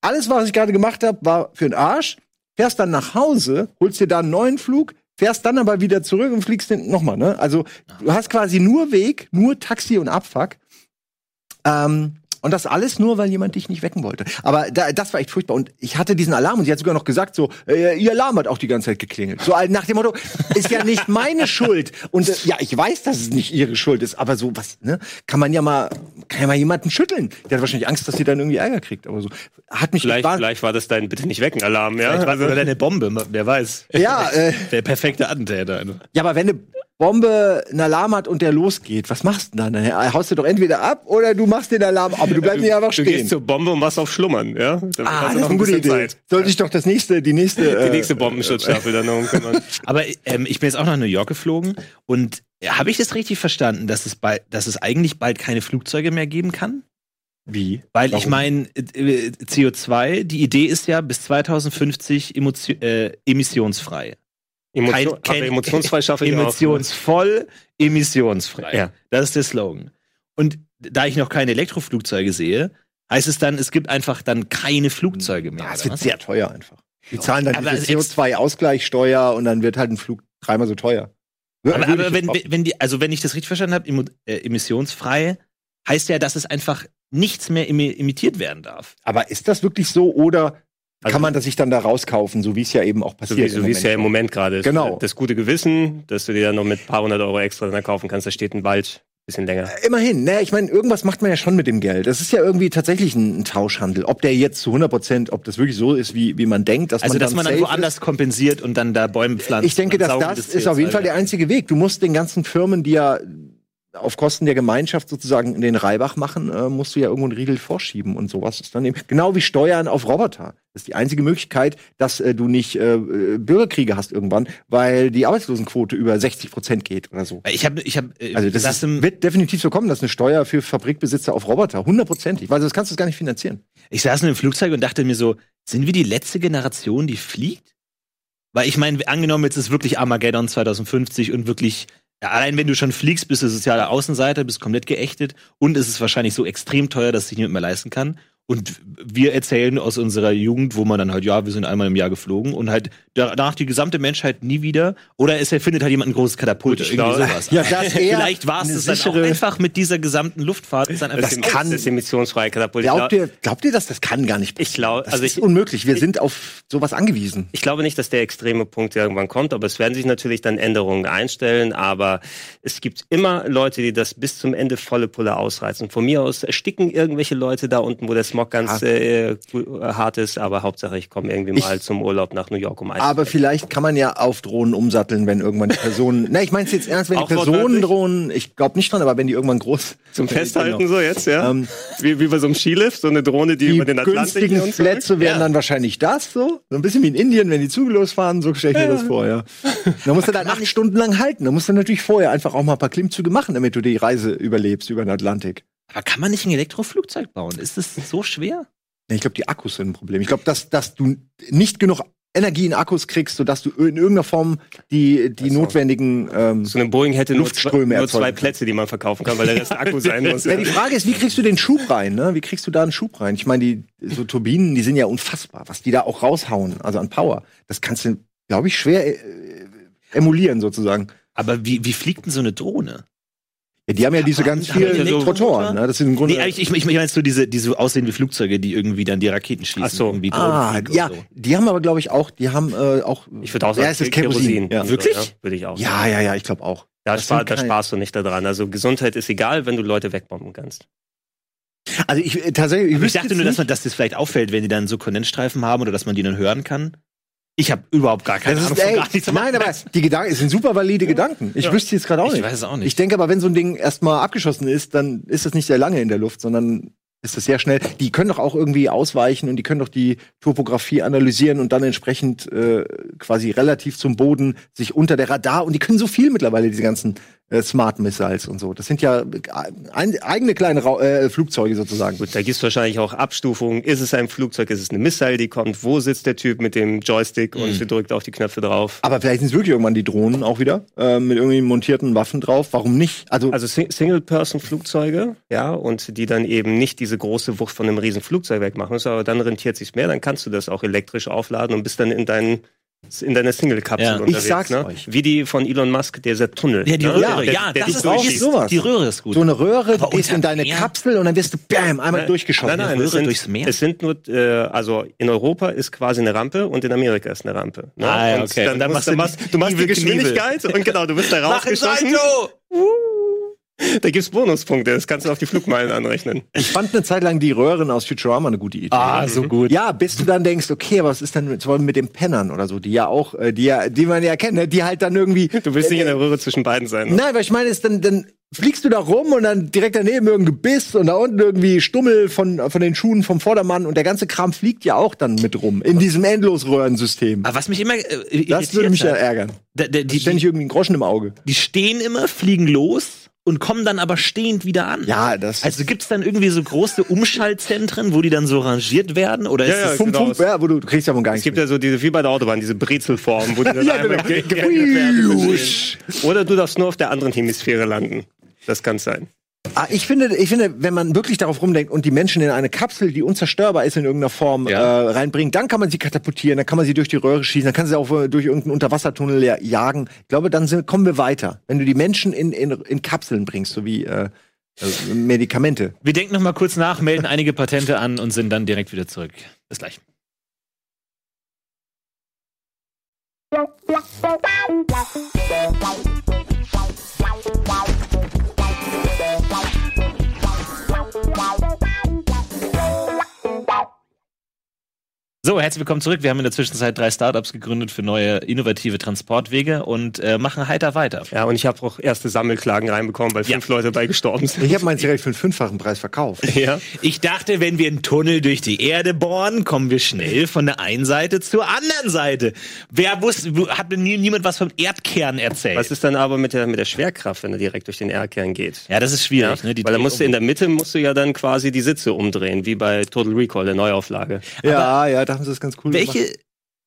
S3: alles, was ich gerade gemacht habe, war für den Arsch, fährst dann nach Hause, holst dir da einen neuen Flug, fährst dann aber wieder zurück und fliegst den nochmal, ne? Also, du hast quasi nur Weg, nur Taxi und Abfuck. Ähm, und das alles nur, weil jemand dich nicht wecken wollte. Aber da, das war echt furchtbar. Und ich hatte diesen Alarm und sie hat sogar noch gesagt, so, äh, ihr Alarm hat auch die ganze Zeit geklingelt. So äh, nach dem Motto, ist ja nicht meine Schuld. Und äh, ja, ich weiß, dass es nicht ihre Schuld ist, aber so was, ne? Kann man ja mal, kann ja mal jemanden schütteln. Der hat wahrscheinlich Angst, dass sie dann irgendwie Ärger kriegt. Aber so, hat mich
S2: Vielleicht,
S3: war-
S2: vielleicht war das dein Bitte nicht wecken Alarm, ja?
S1: Vielleicht war sogar eine Bombe, wer weiß.
S3: Ja, äh,
S1: Der perfekte Attentäter. ne?
S3: Ja, aber wenn eine Bombe einen Alarm hat und der losgeht, was machst du denn dann? Dann haust du doch entweder ab oder du machst den Alarm, aber du bleibst nicht einfach
S2: du gehst
S3: stehen.
S2: zur Bombe und machst auf Schlummern, ja? Dann
S3: Ah,
S2: hast du
S3: das
S2: noch
S3: ist eine gute
S2: bisschen
S3: Idee.
S2: Zeit. Äh,
S3: Sollte ich doch das nächste, die nächste. äh,
S2: Die nächste Bombenschutzstaffel dann noch umkümmern.
S1: Aber ähm, ich bin jetzt auch nach New York geflogen und äh, habe ich das richtig verstanden, dass es, bald, dass es eigentlich bald keine Flugzeuge mehr geben kann?
S3: Wie?
S1: Weil ich
S3: Warum?
S1: meine, äh, äh, CO2, die Idee ist ja bis 2050 emotio- äh, emissionsfrei.
S2: Emotion,
S1: Kein- kein-
S2: aber emotionsfrei schaffe ich auch. ne?
S1: Emissionsvoll, emissionsfrei.
S2: Ja.
S1: Das ist der Slogan. Und da ich noch keine Elektroflugzeuge sehe, heißt es dann, es gibt einfach dann keine Flugzeuge mehr.
S3: Ja, es
S1: oder
S3: wird
S1: was?
S3: sehr teuer einfach. Die zahlen dann
S1: Aber
S3: diese
S1: also ex-
S3: CO2-Ausgleichsteuer und dann wird halt ein Flug dreimal so teuer. Wür-
S1: aber
S3: würde ich
S1: aber wenn,
S3: jetzt
S1: wenn die, also wenn ich das richtig verstanden habe, emo- äh, emissionsfrei heißt ja, dass es einfach nichts mehr imi- imitiert werden darf.
S3: Aber ist das wirklich so oder
S2: Also-
S3: kann man das sich dann da rauskaufen, so wie es ja eben auch
S2: So
S3: passiert?
S2: Also wie, so wie es ja im
S3: schon?
S2: Moment gerade ist.
S3: Genau.
S2: Das gute Gewissen, dass du dir dann noch mit ein paar hundert Euro extra dann kaufen kannst, da steht ein Wald bisschen länger.
S3: Immerhin, ne, ich meine, irgendwas macht man ja schon mit dem Geld. Das ist ja irgendwie tatsächlich ein, ein Tauschhandel. Ob der jetzt zu 100 Prozent, ob das wirklich so ist, wie, wie man denkt, dass
S1: Also,
S3: man
S1: dass
S3: dann
S1: man dann
S3: safe
S1: woanders kompensiert und dann da Bäume pflanzt.
S3: Ich denke,
S1: und
S3: dass
S1: saugen
S3: das
S1: die
S3: ist auf jeden
S1: CO2
S3: Fall der
S1: weg.
S3: einzige Weg. Du musst den ganzen Firmen, die ja auf Kosten der Gemeinschaft sozusagen den Reibach machen, äh, musst du ja irgendwo einen Riegel vorschieben und sowas ist dann eben. Genau wie Steuern auf Roboter. Das ist die einzige Möglichkeit, dass äh, du nicht äh, äh, Bürgerkriege hast irgendwann, weil die Arbeitslosenquote über 60 Prozent geht oder so.
S1: Ich habe, ich äh, habe,
S3: Also das, ist, wird definitiv so kommen, dass eine Steuer für Fabrikbesitzer auf Roboter hundertprozentig, weil sonst kannst du es gar nicht finanzieren.
S1: ich saß in einem Flugzeug und dachte mir so, sind wir die letzte Generation, die fliegt? Weil ich meine, angenommen, jetzt ist wirklich Armageddon 2050 und wirklich, ja, allein wenn du schon fliegst, bist du sozialer Außenseiter, bist komplett geächtet und es ist wahrscheinlich so extrem teuer, dass sich niemand mehr leisten kann. Und wir erzählen aus unserer Jugend, wo man dann halt, ja, wir sind einmal im Jahr geflogen und halt danach die gesamte Menschheit nie wieder. Oder es erfindet halt jemand ein großes Katapult oder
S2: ich
S1: irgendwie
S2: glaube-
S1: sowas.
S3: genau. das
S1: Vielleicht war es
S3: eine
S1: das dann auch
S3: sichere-
S1: einfach mit dieser gesamten Luftfahrt. Ist dann einfach
S2: das
S3: kann-
S2: Das emissionsfreie Katapult. Ich glaub-
S3: Glaubt ihr, glaubt ihr das? Das kann gar nicht
S2: Ich glaube,
S3: Das
S2: also
S3: ist
S2: ich,
S3: unmöglich. Wir sind auf sowas angewiesen.
S2: ich glaube nicht, dass der extreme Punkt irgendwann kommt, aber es werden sich natürlich dann Änderungen einstellen, aber es gibt immer Leute, die das bis zum Ende volle Pulle ausreizen. Von mir aus ersticken irgendwelche Leute da unten, wo der Smog ganz äh, gu- äh, hart ist, aber Hauptsache ich komme irgendwie mal zum Urlaub nach New York um eins.
S3: Aber vielleicht kann man ja auf Drohnen umsatteln, wenn irgendwann die Personen. Na, ich meine es jetzt ernst, wenn die
S2: Auch wortwörtlich?
S3: Personen drohen, ich glaube nicht dran, aber wenn die irgendwann groß.
S2: zum Festhalten
S3: Genau.
S2: so jetzt, ja?
S3: Ähm,
S2: wie, wie bei so einem Skilift, so eine Drohne, die,
S3: Die
S2: über den Atlantik
S3: günstigen
S2: und zurück.
S3: Plätze wären dann wahrscheinlich das so. So ein bisschen wie in Indien, wenn die Züge losfahren, so stelle ich mir das vor, ja. Da musst du dann acht Stunden lang halten. Da musst du natürlich vorher einfach auch mal ein paar Klimmzüge machen, damit du die Reise überlebst über den Atlantik.
S1: Aber kann man nicht ein Elektroflugzeug bauen? Ist das so schwer?
S3: Nee, Ich glaube, die Akkus sind ein Problem. Ich glaube, dass, dass du nicht genug Energie in Akkus kriegst, sodass du in irgendeiner Form die, die
S2: Also.
S3: notwendigen. Ähm,
S2: So eine Boeing hätte nur, zwei,
S3: Luftströme
S2: nur
S3: erzeugen
S2: zwei
S3: kann.
S2: Plätze, die man verkaufen kann, weil der Rest Akku sein muss.
S3: ja, die Frage ist, wie kriegst du den Schub rein? Ne? Wie kriegst du da einen Schub rein? Ich meine, die so Turbinen, die sind ja unfassbar, was die da auch raushauen, also an Power. Das kannst du, glaube ich, schwer äh, emulieren sozusagen.
S1: Aber wie, wie fliegt denn so eine Drohne?
S3: Ja, die haben ja diese
S1: man-
S3: ganz
S1: haben die
S3: vielen
S1: Elektromotor?
S3: Rotoren. Ne? Das sind im Grunde.
S1: Nee, ich, ich, ich meine so diese, diese aussehenden Flugzeuge, die irgendwie dann die Raketen schießen.
S2: Ach so.
S1: Irgendwie
S3: ah,
S1: Drohnenflug und
S3: ja,
S1: so.
S3: die haben aber, glaube ich, auch, die haben äh, auch.
S2: Ich würde auch sagen,
S3: ja, es ist
S2: Ke-
S3: Kerosin. Ja.
S2: Ja.
S1: Wirklich?
S2: Ja, würde ich auch
S3: ja, ja, ja, ich glaube auch.
S2: Da,
S3: Das
S2: spar,
S3: sind
S2: da
S3: keine-
S2: sparst du nicht daran. Also Gesundheit ist egal, wenn du Leute wegbomben kannst.
S3: Also ich äh, tatsächlich.
S1: Ich
S3: wüsste
S1: dachte
S3: jetzt
S1: nur, dass
S3: nicht-
S1: man dass das vielleicht auffällt, wenn die dann so Kondensstreifen haben oder dass man die dann hören kann. Ich habe überhaupt gar keine
S3: Das
S1: Ahnung
S3: ist,
S1: von
S3: ey,
S1: gar nichts.
S3: nein, aber die Gedanken es sind super valide Gedanken. Ich
S1: Ja.
S3: wüsste jetzt gerade auch
S1: ich
S3: nicht.
S1: weiß es auch
S3: Ich
S1: nicht.
S3: denke aber, wenn so ein Ding erstmal abgeschossen ist, dann ist das nicht sehr lange in der Luft, sondern ist das sehr schnell. Die können doch auch irgendwie ausweichen und die können doch die Topografie analysieren und dann entsprechend äh, quasi relativ zum Boden sich unter der Radar und die können so viel mittlerweile, diese ganzen äh, Smart Missiles und so. Das sind ja äh, ein, eigene kleine Ra äh, Flugzeuge sozusagen.
S2: Gut, da gibt es wahrscheinlich auch Abstufungen. Ist es ein Flugzeug? Ist es eine Missile, die kommt? Wo sitzt der Typ mit dem Joystick
S1: Mhm.
S2: und drückt auf die Knöpfe drauf?
S3: Aber vielleicht sind es wirklich irgendwann die Drohnen auch wieder äh, mit irgendwie montierten Waffen drauf. Warum nicht? Also,
S2: Also Sing- Single-Person-Flugzeuge, ja, und die dann eben nicht diese große Wucht von einem riesen Flugzeug wegmachen müssen, aber dann rentiert sich's mehr, dann kannst du das auch elektrisch aufladen und bist dann in deinen in deiner Single-Kapsel
S1: Ja. Ich
S2: unterwegs.
S3: sag's
S2: ne?
S3: euch.
S2: Wie die von Elon Musk, dieser Tunnel.
S1: Ja, die
S2: ne?
S1: Röhre,
S2: Der-
S1: ja, das
S2: der dich
S1: ist auch
S2: durchschießt.
S3: sowas.
S1: Die Röhre ist gut.
S3: so eine Röhre, du gehst
S1: unter-
S3: in deine
S1: ja.
S3: Kapsel und dann wirst du bam, einmal durchgeschossen.
S2: Nein, nein,
S1: Röhre
S2: es sind,
S1: durchs Meer?
S2: es sind nur, äh, also in Europa ist quasi eine Rampe und in Amerika ist eine Rampe. Ne?
S1: Ah, ja,
S2: Und
S1: okay.
S2: Dann,
S1: Und dann machst
S2: musst,
S1: du
S2: du,
S1: die-
S2: machst, du machst die
S1: Evil Knievel.
S2: Geschwindigkeit und genau, du bist da rausgeschossen. Da gibt's Bonuspunkte, das kannst du auf die Flugmeilen anrechnen.
S3: Ich fand eine Zeit lang die Röhren aus Futurama eine gute Idee. Mhm.
S1: Ah, so gut.
S3: Ja, bis du dann denkst, okay, aber was ist denn mit, zum Beispiel mit den Pennern oder so, die ja auch, äh, die ja, die man ja kennt, ne, die halt dann irgendwie.
S2: Du willst nicht in der Röhre zwischen beiden sein. Ne?
S3: Nein, weil ich meine, ist dann, dann fliegst du da rum und dann direkt daneben irgendein Gebiss und da unten irgendwie Stummel von, von den Schuhen vom Vordermann und der ganze Kram fliegt ja auch dann mit rum in diesem Endlosröhrensystem.
S1: Aber was mich immer äh,
S3: Das würde mich ja
S1: irritiert hat,
S3: ärgern.
S1: da, da, die,
S3: Ständig
S1: die,
S3: irgendwie einen Groschen im Auge.
S1: die stehen immer, fliegen los und kommen dann aber stehend wieder an.
S3: Ja, das.
S1: Also gibt's dann irgendwie so große Umschaltzentren, wo die dann so rangiert werden? Oder ist
S2: Ja,
S1: das
S2: ja,
S3: Pump,
S2: genau,
S3: Pump,
S2: es-
S3: ja, wo du, du kriegst ja wohl gar
S2: Es
S3: nichts.
S2: gibt ja so diese, wie bei der Autobahn, diese Brezelform, wo die dann
S3: Ja,
S2: einmal
S3: genau.
S2: ge- gewendet werden. Oder du darfst nur auf der anderen Hemisphäre landen. Das kann sein.
S3: Ah, ich finde, ich finde, wenn man wirklich darauf rumdenkt und die Menschen in eine Kapsel, die unzerstörbar ist in irgendeiner Form,
S1: Ja.
S3: äh, reinbringt, dann kann man sie katapultieren, dann kann man sie durch die Röhre schießen, dann kann sie auch äh, durch irgendeinen Unterwassertunnel ja, jagen. Ich glaube, dann sind, kommen wir weiter. Wenn du die Menschen in, in, in Kapseln bringst, so wie äh, äh, Medikamente.
S1: Wir denken noch mal kurz nach, melden einige Patente an und sind dann direkt wieder zurück. Bis gleich.
S4: Wow.
S1: Hallo, herzlich willkommen zurück. Wir haben in der Zwischenzeit drei Startups gegründet für neue innovative Transportwege und äh, machen heiter weiter.
S2: Ja, und ich habe auch erste Sammelklagen reinbekommen, weil fünf Leute bei gestorben sind.
S3: Ich habe meins direkt für einen fünffachen Preis verkauft.
S2: Ja.
S1: Ich dachte, wenn wir einen Tunnel durch die Erde bohren, kommen wir schnell von der einen Seite zur anderen Seite. Wer wusste, hat mir nie, niemand was vom Erdkern erzählt?
S2: Was ist dann aber mit der, mit der Schwerkraft, wenn er direkt durch den Erdkern geht?
S1: ja, das ist schwierig. Ne? Die
S2: Weil da
S3: um.
S2: musst du in
S1: Drehung-
S2: der Mitte musst du ja dann quasi die Sitze umdrehen, wie bei Total Recall, der Neuauflage.
S3: Ja, ja, da haben sie das ganz cool
S1: welche,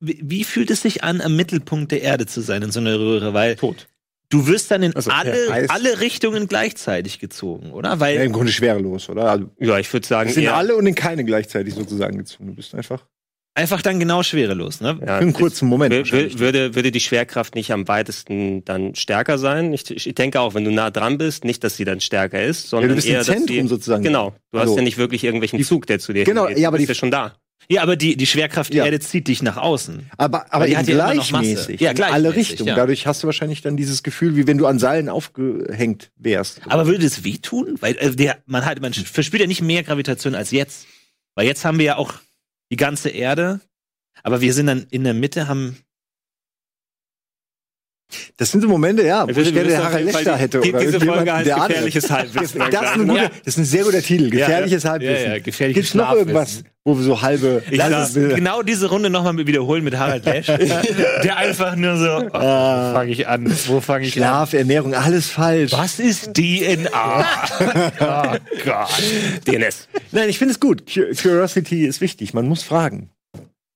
S1: wie wie fühlt es sich an, am Mittelpunkt der Erde zu sein in so einer Röhre? Weil
S2: Tot.
S1: du wirst dann in
S2: Also,
S1: alle,
S3: ja, heiß.
S1: alle Richtungen gleichzeitig gezogen, oder? Weil
S3: Ja, Im Grunde schwerelos, oder? Also,
S2: Ja, ich würde sagen,
S3: es sind
S2: eher-
S3: alle und in keine gleichzeitig sozusagen gezogen. Du bist einfach
S1: einfach dann genau schwerelos. Ne?
S2: ja,
S3: für einen kurzen Moment.
S2: Wür-
S3: wahrscheinlich.
S2: wür- Würde, würde die Schwerkraft nicht am weitesten dann stärker sein? Ich, ich denke auch, wenn du nah dran bist, nicht, dass sie dann stärker ist,
S3: ja, du
S2: sondern
S3: bist
S2: eher,
S3: im
S2: dass
S3: Zentrum
S2: sie,
S3: sozusagen.
S2: Genau. Du
S3: Also-
S2: hast ja nicht wirklich irgendwelchen Zug, der zu dir
S3: Genau,
S2: hingeht.
S3: ja, aber
S2: du bist
S3: die-
S2: ja schon da.
S1: Ja, aber die, die Schwerkraft der
S3: Ja.
S1: Erde zieht dich nach außen.
S3: Aber,
S1: Aber
S3: aber
S1: die
S3: eben
S1: hat ja immer noch Masse.
S3: gleichmäßig.
S1: Ja,
S3: in alle
S1: gleichmäßig,
S3: Richtungen.
S1: ja.
S3: Dadurch hast du wahrscheinlich dann dieses Gefühl, wie wenn du an Seilen aufgehängt wärst.
S1: Aber würde das wehtun? Weil äh, der, man hat, man verspürt ja nicht mehr Gravitation als jetzt. Weil jetzt haben wir ja auch die ganze Erde, aber wir sind dann in der Mitte, haben.
S3: Das sind so Momente, ja, wo
S2: Wir
S3: ich
S2: wissen- wir
S3: gerne
S2: wissen auf
S3: Harald
S2: jeden Fall,
S3: Lechter
S2: die-
S3: hätte.
S2: die-
S3: oder
S2: diese
S3: irgendjemanden,
S2: Folge heißt
S3: der andere-
S2: gefährliches Halbwissen.
S3: Das ist, ein guter, das ist ein sehr guter Titel. Gefährliches Halbwissen.
S1: gefährliches
S3: Gibt's noch
S1: Schlafwissen.
S3: irgendwas, wo wir so halbe
S1: Ich lass
S3: Bilder-
S1: genau diese Runde nochmal wiederholen mit Harald Lesch, der einfach nur so, oh, wo fange ich an? Wo fange ich an?
S3: Schlaf, Ernährung, alles falsch.
S1: Was ist DNA? oh Gott.
S2: DNS.
S3: Nein, ich finde es gut. Cu- Curiosity ist wichtig. Man muss fragen.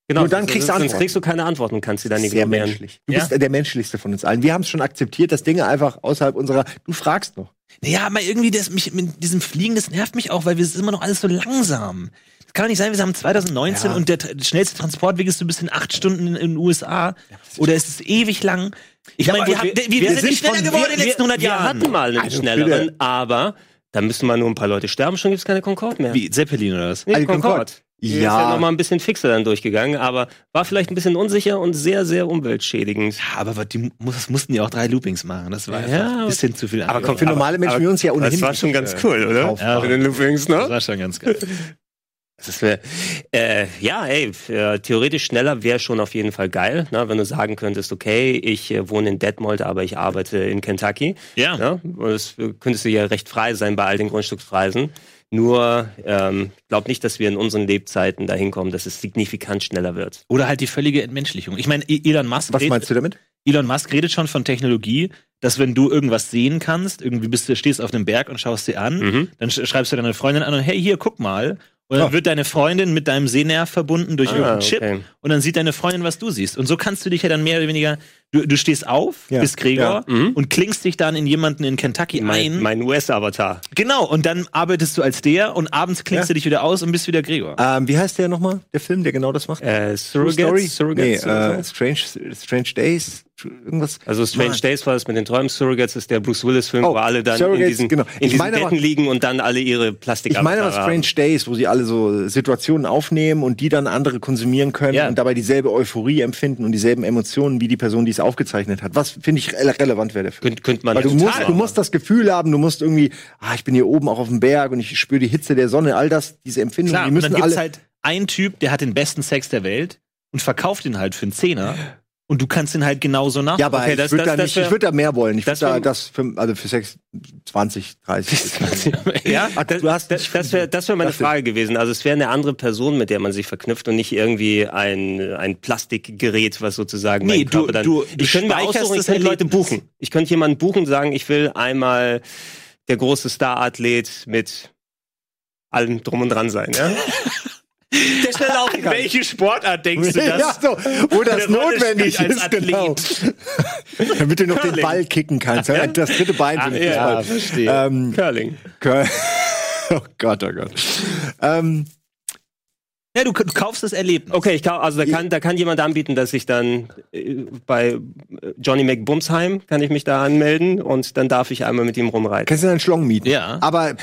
S2: Genau.
S3: Nur dann kriegst du
S2: sonst
S3: Antworten.
S2: kriegst du keine Antworten und kannst sie dann
S3: Sehr
S2: ignorieren.
S3: menschlich. Du
S1: Ja.
S3: bist der menschlichste von uns allen. Wir haben es schon akzeptiert, dass Dinge einfach außerhalb unserer. Du fragst noch.
S1: Ja, aber irgendwie das mich mit diesem Fliegen, das nervt mich auch, weil wir es ist immer noch alles so langsam. Das kann doch nicht sein, wir haben 2019
S3: Ja.
S1: und der t- schnellste Transportweg ist so bis in acht Stunden in in den USA. Oder es ist ewig lang. Ich meine,
S2: aber
S1: wir, haben-
S2: wir-
S1: wir, wir, sind nicht schneller geworden in den letzten 100
S2: wir
S1: Jahren.
S2: hatten mal einen
S3: Also
S2: schnelleren,
S3: bitte.
S2: aber da müssen mal nur ein paar Leute sterben, schon gibt's keine Concorde mehr.
S1: Wie Zeppelin oder was?
S2: Nee,
S3: Also Concorde.
S2: Die Ist ja noch mal ein bisschen fixer dann durchgegangen, aber war vielleicht ein bisschen unsicher und sehr, sehr umweltschädigend.
S1: Ja, Ah, aber was- die, muss- das mussten die auch drei Loopings machen. Das war
S2: Ja,
S1: einfach ein
S2: aber-
S1: bisschen zu viel. Anforderung.
S2: komm,
S3: Für normale Menschen wie uns ja ohnehin. äh,
S2: Das war schon ganz cool, oder?
S3: Ja.
S2: Mit den Loopings,
S1: das
S3: Also,
S2: ne?
S1: war schon ganz geil.
S2: Das ist mir, äh, ja, ey, äh, theoretisch schneller wäre schon auf jeden Fall geil, ne? wenn du sagen könntest, okay, ich äh, wohne in Detmold, aber ich arbeite in Kentucky.
S1: Ja.
S2: Ne? Und Das äh, könntest du ja recht frei sein bei all den Grundstückspreisen. Nur, ähm, glaube nicht, dass wir in unseren Lebzeiten dahin kommen, dass es signifikant schneller wird.
S1: Oder halt die völlige Entmenschlichung. Ich meine, E- Elon Musk
S3: Was
S1: redet-
S3: meinst du damit?
S1: Elon Musk redet schon von Technologie, dass wenn du irgendwas sehen kannst, irgendwie bist du, stehst auf einem Berg und schaust dir an,
S2: Mhm.
S1: dann sch schreibst du deine Freundin an und hey, hier, guck mal. Und dann
S3: Ah.
S1: wird deine Freundin mit deinem Sehnerv verbunden durch
S2: Ah,
S1: irgendeinen Chip
S2: okay.
S1: und dann sieht deine Freundin, was du siehst. Und so kannst du dich ja dann mehr oder weniger, du, du stehst auf,
S3: Ja.
S1: bist Gregor
S2: Ja. Mhm.
S1: und klingst dich dann in jemanden in Kentucky ein.
S2: Mein, mein US-Avatar.
S1: genau, und dann arbeitest du als der und abends klingst
S3: Ja.
S1: du dich wieder aus und bist wieder Gregor.
S3: Ähm, wie heißt der nochmal, der Film, der genau das macht?
S2: Äh,
S3: True
S2: Surrogates?
S3: Nee,
S2: Surrogates oder
S3: äh,
S2: so?
S3: Strange, Strange Days, Tr- irgendwas.
S2: Also Strange
S3: Mann.
S2: Days war das mit den Träumen, Surrogates ist der Bruce Willis-Film,
S3: Oh,
S2: wo alle dann in
S3: Surrogates,
S2: diesen,
S3: genau.
S2: in
S3: Ich
S2: diesen
S3: meine aber-
S2: Betten liegen und dann alle ihre plastik
S3: Ich meine aber Strange
S2: haben.
S3: Days, wo sie alle so Situationen aufnehmen und die dann andere konsumieren können
S1: Ja.
S3: und dabei dieselbe Euphorie empfinden und dieselben Emotionen wie die Person, die es aufgezeichnet hat. Was finde ich re relevant wäre dafür.
S2: Könnt, könnte man
S3: Weil du
S2: total
S3: musst, du
S2: machen.
S3: musst das Gefühl haben, du musst irgendwie, ah, ich bin hier oben auch auf dem Berg und ich spüre die Hitze der Sonne, all das, diese Empfindungen,
S1: Klar,
S3: die
S1: und dann
S3: müssen
S1: gibt's
S3: alle.
S1: halt einen Typ, der hat den besten Sex der Welt und verkauft ihn halt für einen Zehner. Und du kannst ihn halt genauso nach.
S3: ja, aber
S2: okay,
S3: ich
S2: das-
S3: würde
S2: das-
S3: da,
S2: das
S3: nicht-
S2: wär-
S3: ich würd da mehr wollen. Ich
S2: das
S3: würde da
S2: wär-
S3: das für, also für Sex 20, 30.
S2: ja,
S3: Ach,
S2: das,
S3: du hast
S2: das, das wäre das wär meine
S3: Das ist-
S2: Frage gewesen. Also es wäre eine andere Person, mit der man sich verknüpft und nicht irgendwie ein, ein Plastikgerät, was sozusagen
S1: Nee,
S2: meinen
S1: du-
S2: Körper dann...
S1: du- du
S2: ich könnte mir
S1: speicherst
S2: aussuchen, ich
S1: das
S2: könnte Leute
S1: Erlebnis.
S2: buchen. Ich könnte jemanden buchen und sagen, ich will einmal der große Star-Athlet mit allem drum und dran sein. Ja? der schnell laufen kann.
S1: Sportart denkst
S3: Ja, so, wo das
S1: eine Rolle
S3: notwendig
S1: spielt als
S3: ist, genau. Damit du noch den Ball kicken kannst. Ja, Das dritte Bein für den
S2: Ah, ja,
S3: Fußball.
S2: verstehe.
S3: Ähm,
S2: Curling.
S3: Kör- oh Gott, oh Gott. Ähm,
S1: Ja, du, k- du kaufst das Erlebnis.
S2: Okay, ich kann, also da kann, da kann jemand anbieten, dass ich dann äh, bei äh, Johnny McBumsheim kann ich mich da anmelden und dann darf ich einmal mit ihm rumreiten.
S3: kannst du einen Schlong mieten?
S1: Ja.
S3: Aber äh,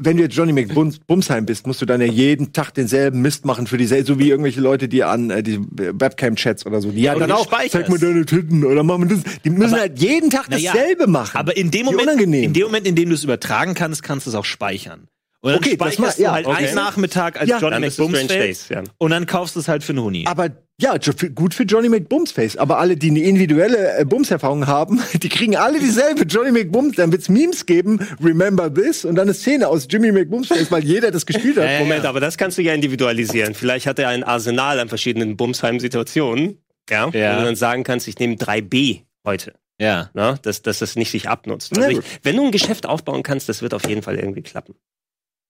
S3: wenn du jetzt Johnny McBumsheim bist, musst du dann ja jeden Tag denselben Mist machen für dieselbe, so wie irgendwelche Leute, die an äh, die Webcam-Chats oder so, die ja
S1: Und
S3: dann
S1: du
S3: auch,
S1: speicherst.
S3: zeig mir deine Titten oder mach mir das. Die müssen halt jeden Tag
S1: na ja,
S3: dasselbe machen.
S1: Aber in dem
S3: Wie
S1: Moment,
S3: unangenehm.
S1: in dem Moment, in dem du es übertragen kannst, kannst du es auch speichern. Und dann
S3: Okay, das
S1: speicherst
S3: macht-
S1: du
S3: ja,
S1: halt
S2: okay.
S1: einen Nachmittag als
S3: Ja.
S1: Johnny
S2: Dann bist du Strange
S1: McBumsface
S2: Days, ja.
S1: und dann kaufst du es halt für einen Huni.
S3: Aber ja, jo- für- gut für Johnny McBumsface. Aber alle, die eine individuelle äh, Bums-Erfahrung haben, die kriegen alle dieselbe Johnny McBums. Dann wird's Memes geben, Remember This, und dann eine Szene aus Jimmy McBumsface, weil jeder das gespielt hat.
S1: Ja,
S2: Moment,
S1: ja.
S2: aber das kannst du ja individualisieren. Vielleicht hat er ein Arsenal an verschiedenen Bumsheim-Situationen, ja,
S1: Ja.
S2: wo du dann sagen kannst, ich nehme 3B heute,
S1: ja.
S2: ne? dass, dass das nicht sich abnutzt.
S3: Na
S2: Also ich,
S3: gut.
S2: wenn du ein Geschäft aufbauen kannst, das wird auf jeden Fall irgendwie klappen.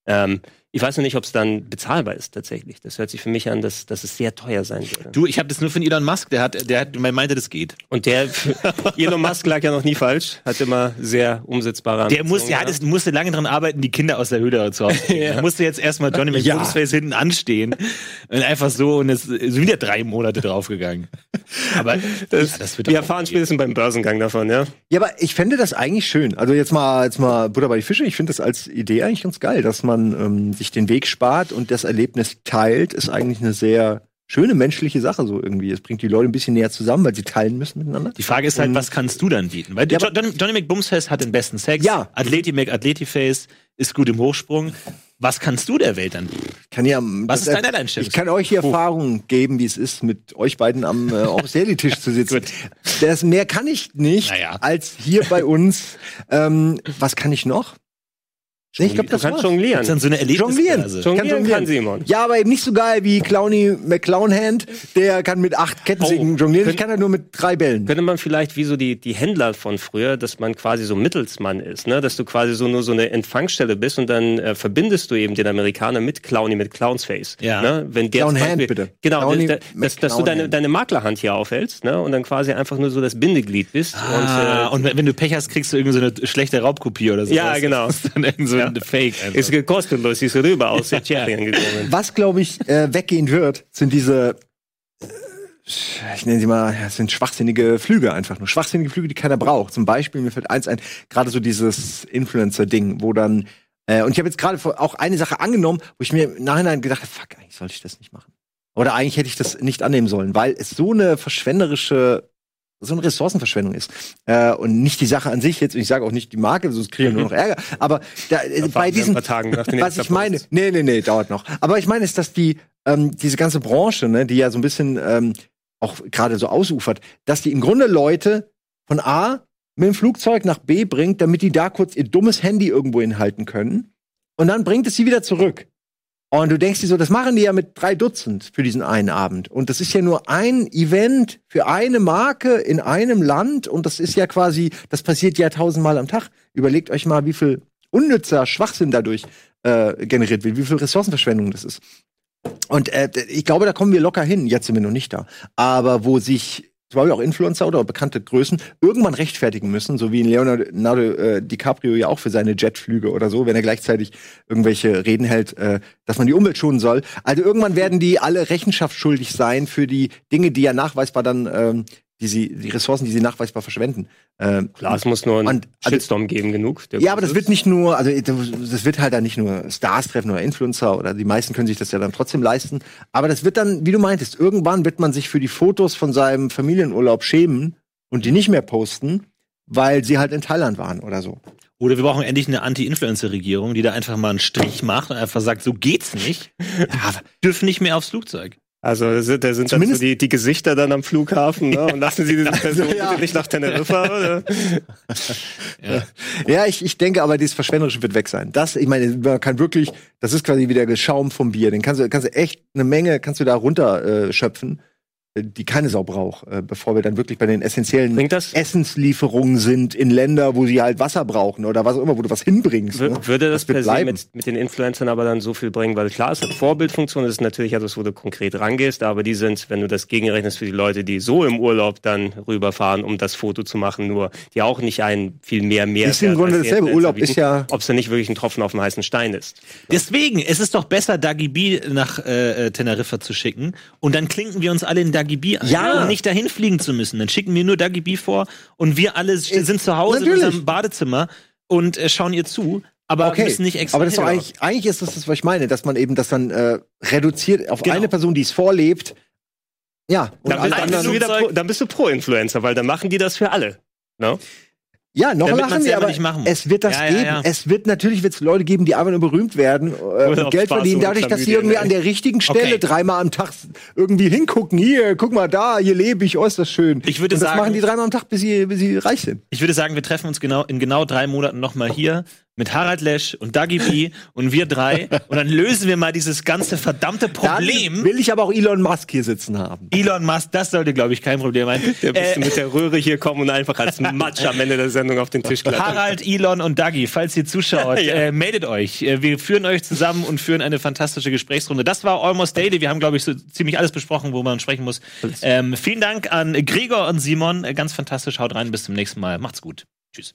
S2: Ähm, ich weiß nur nicht, ob es dann bezahlbar ist tatsächlich. Das hört sich für mich an, dass, dass es sehr teuer sein würde.
S1: Du, ich habe das nur von Elon Musk, der hat, der hat, man meinte, das geht.
S2: Und der Elon Musk lag ja noch nie falsch, hat immer sehr umsetzbare
S1: Der muss,
S2: Ambitionen ne?
S1: ja,
S2: gehabt.
S1: das musste lange dran arbeiten, die Kinder aus der Höhle zu Hause. ja. Da musste jetzt erstmal Johnny
S3: Ja.
S1: McBumsface hinten anstehen. Und einfach so, und es sind wieder drei Monate draufgegangen. Aber
S2: Das,
S1: ja, das wird
S2: wir
S1: doch-
S2: erfahren spätestens beim Börsengang davon, ja.
S3: Ja, aber ich fände das eigentlich schön. Also jetzt mal, jetzt mal Butter bei die Fische. Ich finde das als Idee eigentlich ganz geil, dass man ähm, sich den Weg spart und das Erlebnis teilt, ist eigentlich eine sehr schöne menschliche Sache so irgendwie. Es bringt die Leute ein bisschen näher zusammen, weil sie teilen müssen miteinander.
S1: Die Frage ist halt, was kannst du dann bieten? Weil
S3: Ja,
S1: jo Johnny, Johnny McBumsface hat den besten Sex.
S3: Ja.
S1: Athleti Mac Athletiface ist gut im Hochsprung. Was kannst du der Welt dann bieten?
S3: Ich kann ja, ähm,
S1: Was
S3: das- äh,
S1: ist deine Einstellung?
S3: Ich kann euch die Erfahrung geben, wie es ist, mit euch beiden am äh, Auxiliary-Tisch zu sitzen. Das mehr kann ich nicht
S1: Naja.
S3: als hier bei uns. ähm, was kann ich noch? Nee, ich glaube,
S2: du
S3: das
S2: kannst
S3: war's.
S1: Das ist dann
S2: jonglieren.
S1: so eine
S3: Jonglieren.
S1: Erlebnisblase.
S3: Kann
S2: Jonglieren
S3: jonglieren.
S2: kann Simon.
S3: Ja, aber eben nicht so geil wie Clowny McClownhand. Der kann mit acht Kettensägen
S2: Oh,
S3: jonglieren. Ich
S2: könnt-
S3: kann halt nur mit drei Bällen.
S2: Könnte man vielleicht wie so die, die Händler von früher, dass man quasi so Mittelsmann ist, ne? dass du quasi so nur so eine Empfangsstelle bist und dann äh, verbindest du eben den Amerikaner mit Clowny, mit Clownsface.
S1: Ja.
S2: Ne? Wenn der
S3: Clown
S2: zum
S3: Hand,
S2: Beispiel-
S3: bitte.
S2: Genau,
S3: Clowny
S2: dass,
S3: mit
S2: dass, dass du
S3: Clown
S2: deine,
S3: Hand.
S2: deine Maklerhand hier aufhältst ne? und dann quasi einfach nur so das Bindeglied bist.
S1: Ah,
S2: und, äh,
S1: und wenn wenn du Pech hast, kriegst du irgendwie so eine schlechte Raubkopie oder so.
S2: Ja, genau.
S1: Das ist dann irgend so ein Fake.
S2: äh, ist
S1: Einfach.
S2: ge- kostenlos, ist rüber aus der Tschechien gekommen.
S3: Was, glaube ich, äh, weggehen wird, sind diese, äh, ich nenne sie mal, ja, es sind schwachsinnige Flüge einfach nur. Schwachsinnige Flüge, die keiner braucht. Zum Beispiel, mir fällt eins ein, gerade so dieses Influencer-Ding, wo dann, äh, und ich habe jetzt gerade vor- auch eine Sache angenommen, wo ich mir im Nachhinein gedacht habe, fuck, eigentlich sollte ich das nicht machen. Oder eigentlich hätte ich das nicht annehmen sollen, weil es so eine verschwenderische, so eine Ressourcenverschwendung ist. Äh, und nicht die Sache an sich jetzt, und ich sage auch nicht die Marke, sonst kriege ich nur noch Ärger, aber da, äh, bei
S2: Ein
S3: diesen,
S2: paar Tagen nach den
S3: was ich
S2: Insta-Posts.
S3: meine, nee, nee, nee, dauert noch. Aber ich meine, ist, dass die, ähm, diese ganze Branche, ne, die ja so ein bisschen ähm, auch gerade so ausufert, dass die im Grunde Leute von A mit dem Flugzeug nach B bringt, damit die da kurz ihr dummes Handy irgendwo hinhalten können. Und dann bringt es sie wieder zurück. Und du denkst dir so, das machen die ja mit drei Dutzend für diesen einen Abend. Und das ist ja nur ein Event für eine Marke in einem Land. Und das ist ja quasi, das passiert ja tausendmal am Tag. Überlegt euch mal, wie viel unnützer Schwachsinn dadurch äh, generiert wird, wie viel Ressourcenverschwendung das ist. Und äh, d- ich glaube, da kommen wir locker hin. Jetzt sind wir noch nicht da. Aber wo sich zum Beispiel auch Influencer oder bekannte Größen irgendwann rechtfertigen müssen, so wie Leonardo Leonardo, äh, DiCaprio ja auch für seine Jetflüge oder so, wenn er gleichzeitig irgendwelche Reden hält, äh, dass man die Umwelt schonen soll. Also irgendwann werden die alle Rechenschaft schuldig sein für die Dinge, die ja nachweisbar dann, ähm, die sie, die Ressourcen, die sie nachweisbar verschwenden. Ähm,
S2: Klar, es muss nur einen
S3: Und- also-
S2: Shitstorm geben genug. der
S3: ja,
S2: groß
S3: aber das
S2: ist.
S3: wird nicht nur, also das wird halt dann nicht nur Stars treffen oder Influencer oder die meisten können sich das ja dann trotzdem leisten. Aber das wird dann, wie du meintest, irgendwann wird man sich für die Fotos von seinem Familienurlaub schämen und die nicht mehr posten, weil sie halt in Thailand waren oder so.
S1: Oder wir brauchen endlich eine Anti-Influencer-Regierung, die da einfach mal einen Strich macht und einfach sagt, so geht's nicht. Ja, dürfen nicht mehr aufs Flugzeug.
S2: Also da sind, da sind dann so
S3: Zumindest-
S2: die, die Gesichter dann am Flughafen ne? und lassen sie diese Person
S3: ja.
S2: bitte nicht nach Teneriffa. Oder?
S3: Ja, ich, ich denke aber, dieses Verschwenderische wird weg sein. Das, ich meine, man kann wirklich, das ist quasi wieder Geschaum vom Bier. Den kannst du, kannst du echt eine Menge, kannst du da runter äh, schöpfen, äh, die keine Sau braucht, äh, bevor wir dann wirklich bei den essentiellen
S2: Bringt das,
S3: Essenslieferungen sind in Länder, wo sie halt Wasser brauchen oder was auch immer, wo du was hinbringst. Ne?
S2: wür- würde das,
S3: Das wird
S2: per se
S3: bleiben.
S2: mit, mit den Influencern aber dann so viel bringen? Weil klar, es hat Vorbildfunktion, das ist natürlich etwas, wo du konkret rangehst, aber die sind, wenn du das gegenrechnest für die Leute, die so im Urlaub dann rüberfahren, um das Foto zu machen, nur die auch nicht einen viel mehr mehr.
S3: Ist im Grunde
S2: also
S3: dasselbe. Urlaub ist ja-
S2: Ob es dann nicht wirklich ein Tropfen auf dem heißen Stein ist.
S1: Deswegen, es ist doch besser, Dagi B nach äh, äh, Teneriffa zu schicken und dann klinken wir uns alle in Dagi B an,
S3: Ja.
S1: um nicht dahin fliegen zu müssen. Dann schicken wir nur Dagi B vor und wir alle st- sind zu Hause
S3: Äh, natürlich.
S1: in unserem Badezimmer und äh, schauen ihr zu, aber müssen nicht extra
S3: aber das ist doch
S1: hin.
S3: eigentlich, eigentlich ist das, das, was ich meine, dass man eben das dann äh, reduziert auf
S1: Genau.
S3: eine Person, die es vorlebt. Ja, und
S2: Dann bist, dann,
S3: alle
S2: bist du
S3: anderen.
S2: wieder pro, dann bist du Pro-Influencer, weil dann machen die das für alle. No?
S3: Ja, noch
S1: Damit
S3: lachen
S1: man's
S3: wir,
S1: selber
S3: aber
S1: nicht machen muss.
S3: es wird das
S1: Ja, ja,
S3: geben.
S1: ja.
S3: Es wird natürlich wird's Leute geben, die einfach nur berühmt werden äh, und
S2: auf
S3: Geld
S2: Spaß
S3: verdienen,
S2: und
S3: dadurch, dass sie
S2: Chlamydien,
S3: irgendwie
S2: ey.
S3: an der richtigen Stelle
S1: Okay.
S3: dreimal am Tag irgendwie hingucken. Hier, guck mal da, hier lebe ich, oh, ist das schön.
S1: Ich würde
S3: und das
S1: sagen-
S3: machen die dreimal am Tag, bis sie, bis sie reich sind.
S1: Ich würde sagen, wir treffen uns genau in genau drei Monaten nochmal hier mit Harald Lesch und Dagi B und wir drei. Und dann lösen wir mal dieses ganze verdammte
S3: Dann
S1: Problem.
S3: will ich aber auch Elon Musk hier sitzen haben.
S1: Elon Musk, das sollte, glaube ich, kein Problem sein.
S2: Der müsste
S1: Äh,
S2: mit der Röhre hier kommen und einfach als Matsch am Ende der Sendung auf den Tisch klappen.
S1: Harald, Elon und Dagi, falls ihr zuschaut,
S2: Ja.
S1: äh, meldet euch. Äh, Wir führen euch zusammen und führen eine fantastische Gesprächsrunde. Das war Almost Daily. Wir haben, glaube ich, so ziemlich alles besprochen, wo man sprechen muss. Ähm, vielen Dank an Gregor und Simon. Äh, Ganz fantastisch. Haut rein. Bis zum nächsten Mal. Macht's gut. Tschüss.